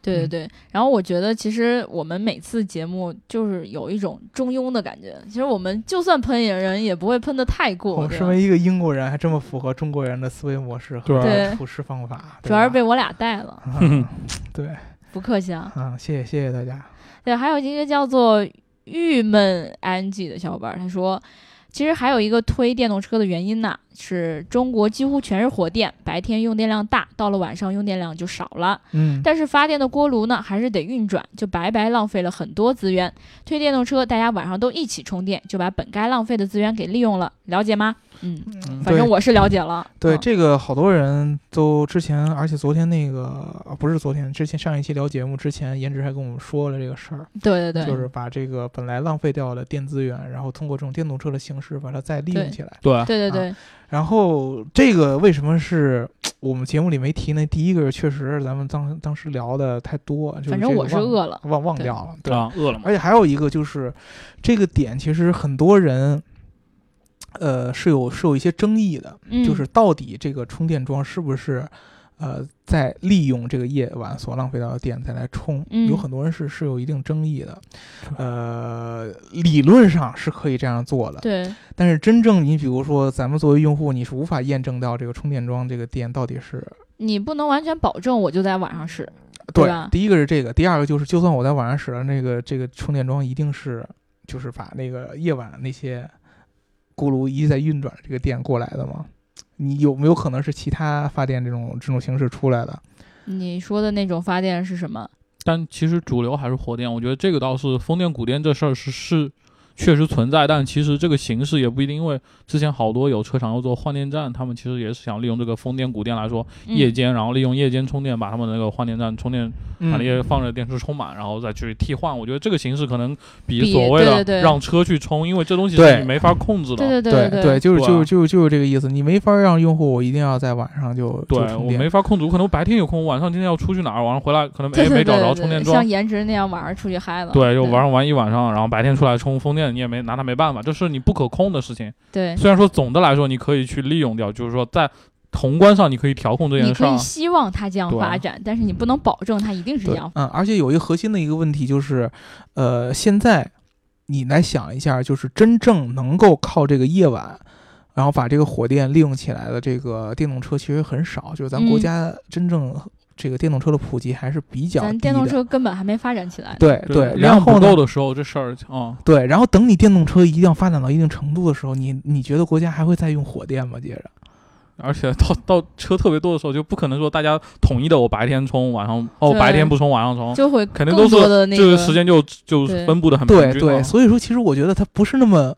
Speaker 2: 对对
Speaker 3: 嗯
Speaker 2: 对，然后我觉得其实我们每次节目就是有一种中庸的感觉。其实我们就算喷人，也不会喷得太
Speaker 3: 我
Speaker 2: 过，
Speaker 3: 们
Speaker 2: 对
Speaker 3: 身
Speaker 2: 吧？
Speaker 3: 为一个英国人，还这么符合中国人的思维模式和
Speaker 2: 对
Speaker 3: 处事方法，对
Speaker 2: 主要是
Speaker 3: 吧
Speaker 2: 被我俩带了，
Speaker 3: 嗯对，
Speaker 2: 不客气啊。
Speaker 3: 嗯，谢谢谢谢大家，
Speaker 2: 对，还有一个叫做郁闷 ing 的小伙伴儿，他说，其实还有一个推电动车的原因呐，是中国几乎全是火电，白天用电量大，到了晚上用电量就少了。
Speaker 3: 嗯，
Speaker 2: 但是发电的锅炉呢，还是得运转，就白白浪费了很多资源。推电动车，大家晚上都一起充电，就把本该浪费的资源给利用了，了解吗？嗯，
Speaker 3: 嗯
Speaker 2: 反
Speaker 3: 对
Speaker 2: 正我是了解了。
Speaker 3: 对，
Speaker 2: 嗯
Speaker 3: 这个好多人都之前，而且昨天那个啊不是昨天，之前上一期聊节目之前，颜值还跟我们说了这个事儿，
Speaker 2: 对对
Speaker 3: 就
Speaker 2: 对，
Speaker 3: 是把这个本来浪费掉的电资源，然后通过这种电动车的形式把它再利用
Speaker 2: 对
Speaker 3: 起来。
Speaker 4: 对，啊
Speaker 2: 对对对，
Speaker 3: 然后这个为什么是我们节目里没提呢？第一个确实咱们当当时聊的太多，就是
Speaker 2: 反正
Speaker 3: 这个
Speaker 2: 我是
Speaker 3: 忘
Speaker 2: 饿了。
Speaker 3: 忘忘
Speaker 2: 对
Speaker 3: 掉了，对
Speaker 4: 啊，饿了嘛，
Speaker 3: 而且还有一个就是，这个点其实很多人，呃，是有是有一些争议的，
Speaker 2: 嗯，
Speaker 3: 就是到底这个充电桩是不是，呃，在利用这个夜晚所浪费到的电再来充，
Speaker 2: 嗯
Speaker 3: 有很多人是是有一定争议的，呃，理论上是可以这样做的，
Speaker 2: 对
Speaker 3: 但是真正你比如说咱们作为用户，你是无法验证到这个充电桩这个电到底是
Speaker 2: 你不能完全保证我就在晚上使。对
Speaker 3: 对，
Speaker 2: 吧
Speaker 3: 第一个是这个，第二个就是，就算我在晚上使了那个这个充电桩，一定是就是把那个夜晚那些锅炉一直在运转的这个电过来的吗？你有没有可能是其他发电这种这种形式出来
Speaker 4: 啊
Speaker 3: 的？
Speaker 2: 你说的那种发电是什么？
Speaker 4: 但其实主流还是火电，我觉得这个倒是风电、谷电这事儿是是确实存在，但其实这个形式也不一定，因为之前好多有车厂要做换电站，他们其实也是想利用这个风电、谷电来说
Speaker 2: 嗯
Speaker 4: 夜间，然后利用夜间充电，把他们的那个换电站充电把那些
Speaker 3: 嗯，
Speaker 4: 放着电池充满，然后再去替换。我觉得这个形式可能
Speaker 2: 比
Speaker 4: 比所谓
Speaker 2: 对对对
Speaker 4: 的让车去充，因为这东西是
Speaker 3: 对
Speaker 4: 你没法控制的。
Speaker 2: 对对
Speaker 3: 对
Speaker 2: 对，
Speaker 3: 就是
Speaker 4: 对
Speaker 3: 就
Speaker 4: 啊
Speaker 3: 是就是就是这个意思，你没法让用户我一定要在晚上就就
Speaker 4: 对
Speaker 3: 充
Speaker 4: 我
Speaker 3: 电
Speaker 4: 没。法控制，我可能白天有空，晚上今天要出去哪儿，晚上回来可能
Speaker 2: 对
Speaker 4: 也
Speaker 2: 对
Speaker 4: 没找
Speaker 2: 对对
Speaker 4: 着充电
Speaker 2: 像
Speaker 4: 桩，
Speaker 2: 颜值那样晚上出去嗨了，
Speaker 4: 对，就玩上玩一晚上，然后白天出来充风电，你也没拿它没办法，这是你不可控的事情。
Speaker 2: 对，
Speaker 4: 虽然说总的来说你可以去利用掉，就是说在宏观上你可以调控这
Speaker 2: 你
Speaker 4: 件事
Speaker 2: 可以
Speaker 4: 儿。
Speaker 2: 希望它这样
Speaker 4: 对啊
Speaker 2: 发展，但是你不能保证它一定是这
Speaker 3: 对
Speaker 2: 样，。
Speaker 3: 嗯，而且有一个核心的一个问题就是，呃，现在你来想一下，就是真正能够靠这个夜晚，然后把这个火电利用起来的这个电动车其实很少，就是咱国
Speaker 2: 嗯
Speaker 3: 家真正这个电动车的普及还是比较低
Speaker 2: 咱
Speaker 3: 的。
Speaker 2: 电动车根本还没发展起来呢。
Speaker 3: 对
Speaker 4: 对，量
Speaker 3: 然
Speaker 4: 不
Speaker 3: 后呢
Speaker 4: 够？的时候这事儿啊、
Speaker 3: 对，然后等你电动车一定要发展到一定程度的时候，你你觉得国家还会再用火电吗？接着，
Speaker 4: 而且到到车特别多的时候，就不可能说大家统一的，我白天充，晚上哦
Speaker 2: 对
Speaker 4: 白天不充，晚上充，
Speaker 2: 就会
Speaker 4: 肯定
Speaker 2: 更
Speaker 4: 都
Speaker 2: 多的那
Speaker 4: 这
Speaker 2: 个
Speaker 4: 个时间就就
Speaker 2: 对
Speaker 4: 分布的很平均
Speaker 3: 对
Speaker 4: 啊，
Speaker 3: 对，所以说其实我觉得它不是那么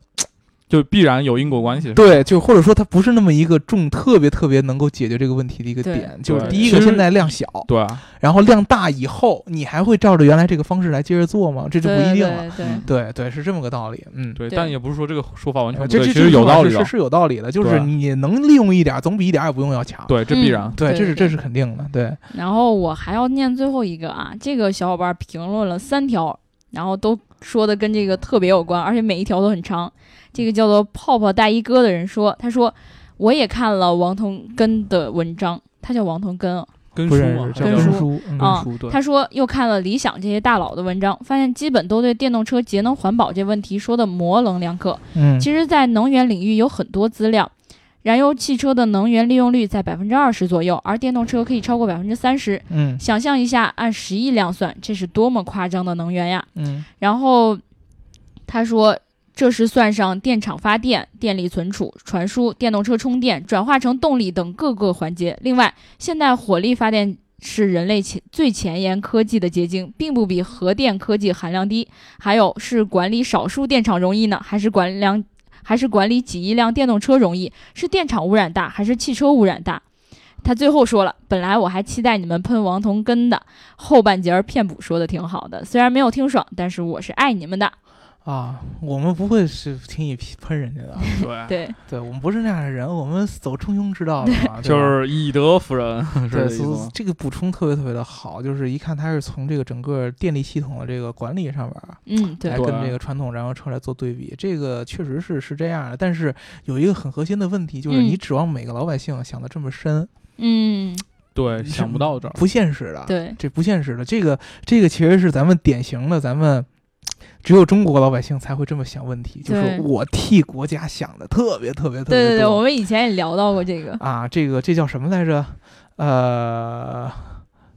Speaker 4: 就必然有因果关系。
Speaker 3: 对，就或者说它不是那么一个重特别特别能够解决这个问题的一个
Speaker 2: 对
Speaker 3: 点，就是
Speaker 4: 对
Speaker 3: 第一个
Speaker 4: 其实
Speaker 3: 现在量小，
Speaker 4: 对啊，
Speaker 3: 然后量大以后，你还会照着原来这个方式来接着做吗？这就
Speaker 2: 对
Speaker 3: 不一定了。
Speaker 2: 对对
Speaker 4: 嗯
Speaker 3: 对对，是这么个道理。嗯，
Speaker 4: 对，
Speaker 2: 对
Speaker 4: 但也不是说这个说法完全
Speaker 3: 呃
Speaker 4: 不
Speaker 3: 这
Speaker 4: 对，
Speaker 3: 这
Speaker 4: 其
Speaker 3: 这
Speaker 4: 实
Speaker 3: 种
Speaker 4: 有
Speaker 3: 说法
Speaker 4: 道理
Speaker 3: 是
Speaker 4: 的
Speaker 3: 是，是有道理的，就是
Speaker 4: 对啊
Speaker 3: 你能利用一点儿，总比一点儿也不用要强。
Speaker 4: 对，
Speaker 2: 嗯
Speaker 4: 这必然。
Speaker 3: 对，这是
Speaker 2: 对
Speaker 3: 这是肯定的。对，
Speaker 2: 然后我还要念最后一个啊，这个小伙伴评论了三条，然后都说的跟这个特别有关，而且每一条都很长。这个叫做泡泡大衣哥的人说，他说我也看了王同根的文章，他叫王同根啊、
Speaker 4: 跟
Speaker 3: 不
Speaker 4: 书
Speaker 3: 认
Speaker 4: 嘛
Speaker 3: 识，
Speaker 4: 还
Speaker 3: 叫
Speaker 4: 叫
Speaker 2: 根
Speaker 3: 根
Speaker 2: 书
Speaker 3: 叔。嗯
Speaker 2: 啊
Speaker 4: 书对
Speaker 2: 他说又看了理想这些大佬的文章，发现基本都对电动车节能环保这问题说的模棱两可。
Speaker 3: 嗯
Speaker 2: 其实，在能源领域有很多资料。燃油汽车的能源利用率在百分之二十左右，而电动车可以超过百分之三十。
Speaker 3: 嗯
Speaker 2: 想象一下，按十亿辆算，这是多么夸张的能源呀！
Speaker 3: 嗯
Speaker 2: 然后他说，这时算上电厂发电、电力存储、传输、电动车充电、转化成动力等各个环节。另外，现代火力发电是人类前最前沿科技的结晶，并不比核电科技含量低。还有是管理少数电厂容易呢，还是管量？还是管理几亿辆电动车容易？是电厂污染大，还是汽车污染大？他最后说了，本来我还期待你们喷王同根的，后半截儿骗补说的挺好的，虽然没有听爽，但是我是爱你们的。
Speaker 3: 啊，我们不会是轻易批喷人家的，啊
Speaker 4: 对，
Speaker 2: 对，
Speaker 3: 对我们不是那样的人，我们走中庸之 道的啊嘛，对吧
Speaker 4: 就是以德 服人，
Speaker 3: 对，
Speaker 4: 是这意思
Speaker 3: 所以
Speaker 4: 吗？
Speaker 3: 这个补充特别特别的好，就是一看它是从这个整个电力系统的这个管理上面儿
Speaker 2: 嗯，对
Speaker 3: 来，
Speaker 4: 啊
Speaker 3: 跟这个传统燃油车来做对比，这个确实是是这样的。但是有一个很核心的问题，就是
Speaker 2: 嗯
Speaker 3: 你指望每个老百姓想的这么深，
Speaker 2: 嗯，
Speaker 4: 对，
Speaker 3: 是
Speaker 4: 想不到这儿，
Speaker 3: 不现实的。，
Speaker 2: 对，
Speaker 3: 这不现实的。这个这个其实是咱们典型的，咱们只有中国老百姓才会这么想问题，就是
Speaker 2: 对
Speaker 3: 我替国家想的特别特别特别多。
Speaker 2: 对对对，我们以前也聊到过 这个，
Speaker 3: 啊，这个这叫什么来着？呃，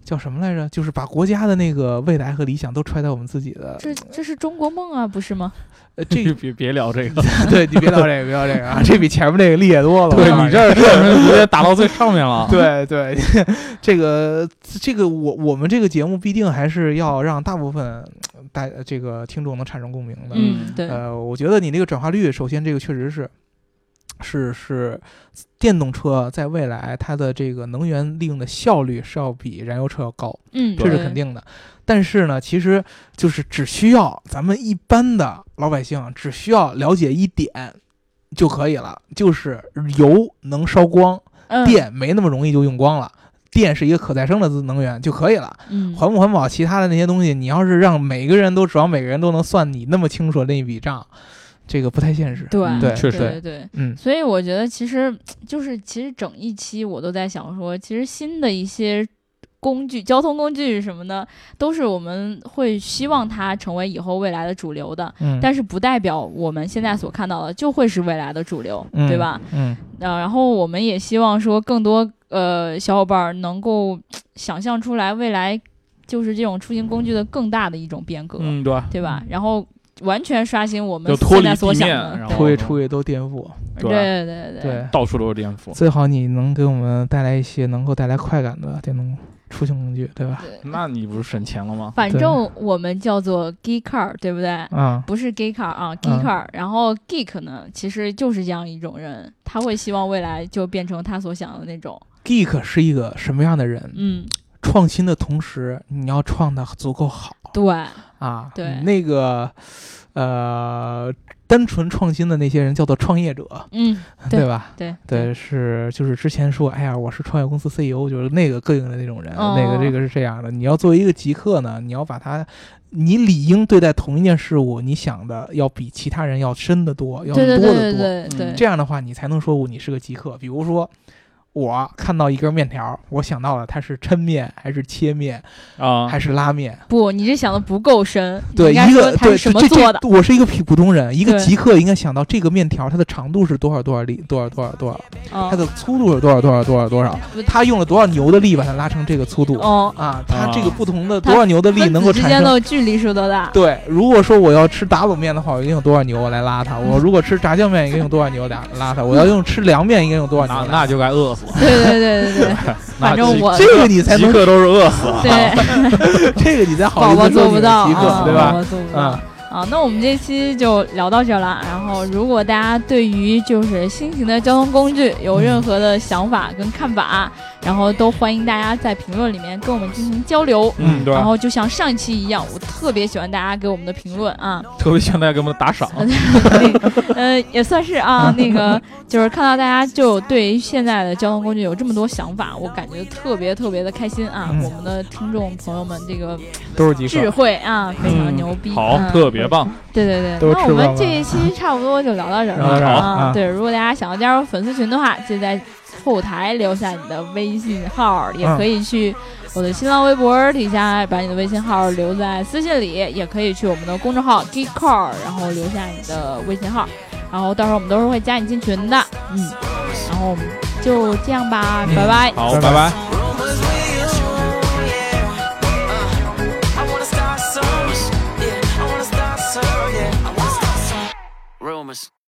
Speaker 3: 叫什么来着？就是把国家的那个未来和理想都揣在我们自己的。
Speaker 2: 这这是中国梦啊，不是吗？
Speaker 3: 呃、 这
Speaker 4: ，
Speaker 3: 个
Speaker 4: 别别聊 这个，
Speaker 3: 对你别聊这个，别聊这个啊，这比前面那个厉害多了。我告诉。
Speaker 4: 对你这 儿是直接打到最上面 了
Speaker 3: 对对， 这个这个我我们这个节目必定还是要让大部分大这个听众能产生共鸣的。
Speaker 2: 嗯，
Speaker 4: 嗯
Speaker 2: 对，
Speaker 3: 呃，我觉得你那个转化率，首先这个确实是，是是，电动车在未来它的这个能源利用的效率是要比燃油车要高，
Speaker 2: 嗯，
Speaker 3: 这是
Speaker 2: 对
Speaker 3: 呃肯。定的。但是呢，其实就是只需要咱们一般的老百姓只需要了解一点就可以了，就是油能烧光，
Speaker 2: 嗯，
Speaker 3: 电没那么容易就用光了。电是一个可再生的能源就可以了，
Speaker 2: 嗯，
Speaker 3: 环不环保，其他的那些东西，你要是让每个人都指望每个人都能算你那么清楚的那一笔账，这个不太现实。
Speaker 2: 对
Speaker 4: 嗯
Speaker 3: 对
Speaker 4: 确
Speaker 2: 对
Speaker 4: 实
Speaker 2: 对对。
Speaker 3: 嗯
Speaker 2: 所以我觉得，其实就是其实整一期我都在想说，其实新的一些工具、交通工具什么的，都是我们会希望它成为以后未来的主流的。
Speaker 3: 嗯，
Speaker 2: 但是不代表我们现在所看到的就会是未来的主流，
Speaker 3: 嗯
Speaker 2: 对吧？？
Speaker 3: 嗯
Speaker 2: 呃，然后我们也希望说更多呃小伙伴儿能够呃想象出来未来就是这种出行工具的更大的一种变革，
Speaker 4: 嗯，对，
Speaker 2: 对吧？然后完全刷新我们
Speaker 4: 就脱
Speaker 2: 现
Speaker 4: 离
Speaker 2: 在所
Speaker 4: 地
Speaker 2: 想
Speaker 4: 面
Speaker 2: 的
Speaker 4: 然，
Speaker 2: 对
Speaker 4: 后
Speaker 3: 出去出去都颠覆，
Speaker 4: 对
Speaker 2: 对对
Speaker 4: 啊
Speaker 2: 对
Speaker 3: 对，
Speaker 4: 到处都是颠覆。
Speaker 3: 最好你能给我们带来一些能够带来快感的电动出行工具，对吧？
Speaker 4: 那你不是省钱了吗？
Speaker 2: 反正我们叫做 geek car，对不对？
Speaker 3: 啊、
Speaker 2: 不是 geek car
Speaker 4: 嗯
Speaker 2: 啊，geek car、然后 geek 呢，其实就是这样一种人，他会希望未来就变成他所想的那种。
Speaker 3: g e e k 是一个什么样的人？
Speaker 2: 嗯，
Speaker 3: 创新的同时，你要创的足够好
Speaker 2: 对，
Speaker 3: 啊。
Speaker 2: 对
Speaker 3: 那个呃，单纯创新的那些人叫做创业者。
Speaker 2: 嗯，对
Speaker 3: 对吧？
Speaker 2: 对
Speaker 3: 对，是就是之前说，哎呀，我是创业公司 CEO，就是那个膈应的那种人，那
Speaker 2: 哦
Speaker 3: 个这个是这样的。你要作为一个极客呢，你要把它，你理应对待同一件事物，你想的要比其他人要深得多，要
Speaker 2: 对
Speaker 3: 多得
Speaker 2: 对
Speaker 3: 多。嗯
Speaker 2: 对对对对，
Speaker 3: 这样的话，你才能说你是个极客。比如说。我看到一根面条，我想到了它是抻面还是切面
Speaker 4: 啊，
Speaker 3: 还是拉面。
Speaker 2: 不，你这想的不够深，你
Speaker 3: 对，
Speaker 2: 应该
Speaker 3: 一
Speaker 2: 说
Speaker 3: 个
Speaker 2: 它
Speaker 3: 对
Speaker 2: 是什么
Speaker 3: 这这
Speaker 2: 做的？
Speaker 3: 我是一个普普通人，一个
Speaker 2: 对
Speaker 3: 极客应该想到这个面条它的长度是多少多少厘多少多少多少，
Speaker 2: 嗯
Speaker 3: 它的粗度是多少多少多少多少
Speaker 2: 不，
Speaker 3: 它用了多少牛的力把它拉成这个粗度
Speaker 2: 哦，
Speaker 3: 啊？它这个
Speaker 4: 啊
Speaker 3: 不同的
Speaker 2: 它
Speaker 3: 多少牛的力
Speaker 2: 分
Speaker 3: 能
Speaker 2: 子
Speaker 3: 够
Speaker 2: 之
Speaker 3: 产
Speaker 2: 间
Speaker 3: 生。
Speaker 2: 的距离是多大？
Speaker 3: 对，如果说我要吃打卤面的话，我应该用多少牛来拉它？我如果吃炸酱面，应该用多少牛打拉它？我要用吃凉面，应该用多少
Speaker 4: 那
Speaker 3: 牛
Speaker 4: 那
Speaker 3: 拉它？
Speaker 4: 就该饿死了。
Speaker 2: 对对对对对，反正我
Speaker 3: 这个你才
Speaker 4: 极
Speaker 3: 能，
Speaker 4: 客都是饿死了。
Speaker 2: 对，
Speaker 3: 这个你 才好
Speaker 2: 宝
Speaker 3: 意
Speaker 2: 宝
Speaker 3: 思
Speaker 2: 做
Speaker 3: 说你
Speaker 2: 不
Speaker 3: 是
Speaker 2: 到，
Speaker 3: 极客，
Speaker 2: 啊
Speaker 3: 对
Speaker 2: 宝
Speaker 3: 吧？
Speaker 2: 宝做不到
Speaker 3: 嗯。
Speaker 2: 啊，那我们这期就聊到这儿了。然后，如果大家对于就是新型的交通工具有任何的想法跟看法，然后都欢迎大家在评论里面跟我们进行交流。
Speaker 4: 嗯，对
Speaker 2: 然，后就像上一期一样，我特别喜欢大家给我们的评论啊，
Speaker 4: 特别希望大家给我们打赏。
Speaker 2: 嗯 呃，也算是啊，那个就是看到大家就对于现在的交通工具有这么多想法，我感觉特别特别的开心啊！
Speaker 3: 嗯
Speaker 2: 我们的听众朋友们，这个
Speaker 3: 都是极
Speaker 2: 智
Speaker 3: 客，
Speaker 2: 慧啊，非常
Speaker 4: 嗯
Speaker 2: 牛逼，
Speaker 4: 好，
Speaker 2: 嗯
Speaker 4: 特别棒。
Speaker 2: 对对对，
Speaker 3: 都
Speaker 2: 那
Speaker 3: 吃
Speaker 2: 我
Speaker 3: 不
Speaker 2: 们
Speaker 3: 完
Speaker 2: 这一期差不多就聊到这儿
Speaker 3: 聊到这
Speaker 2: 了
Speaker 3: 儿
Speaker 2: 啊。
Speaker 3: 啊
Speaker 2: 对，如果大家想要加入粉丝群的话，就在后台留下你的微信号，也可以去我的新浪微博底下把你的微信号留在私信里，也可以去我们的公众号 Geek Car，然后留下你的微信号，然后到时候我们都是会加你进群的。嗯，
Speaker 1: promise.
Speaker 2: 然后我们就这样吧，
Speaker 3: 嗯
Speaker 2: 拜拜。
Speaker 4: 好，
Speaker 3: 拜拜
Speaker 4: 拜
Speaker 1: Rumors will you true, yeah. Uh, I wanna start some, yeah. I wanna start some, yeah. I wanna start some rumors.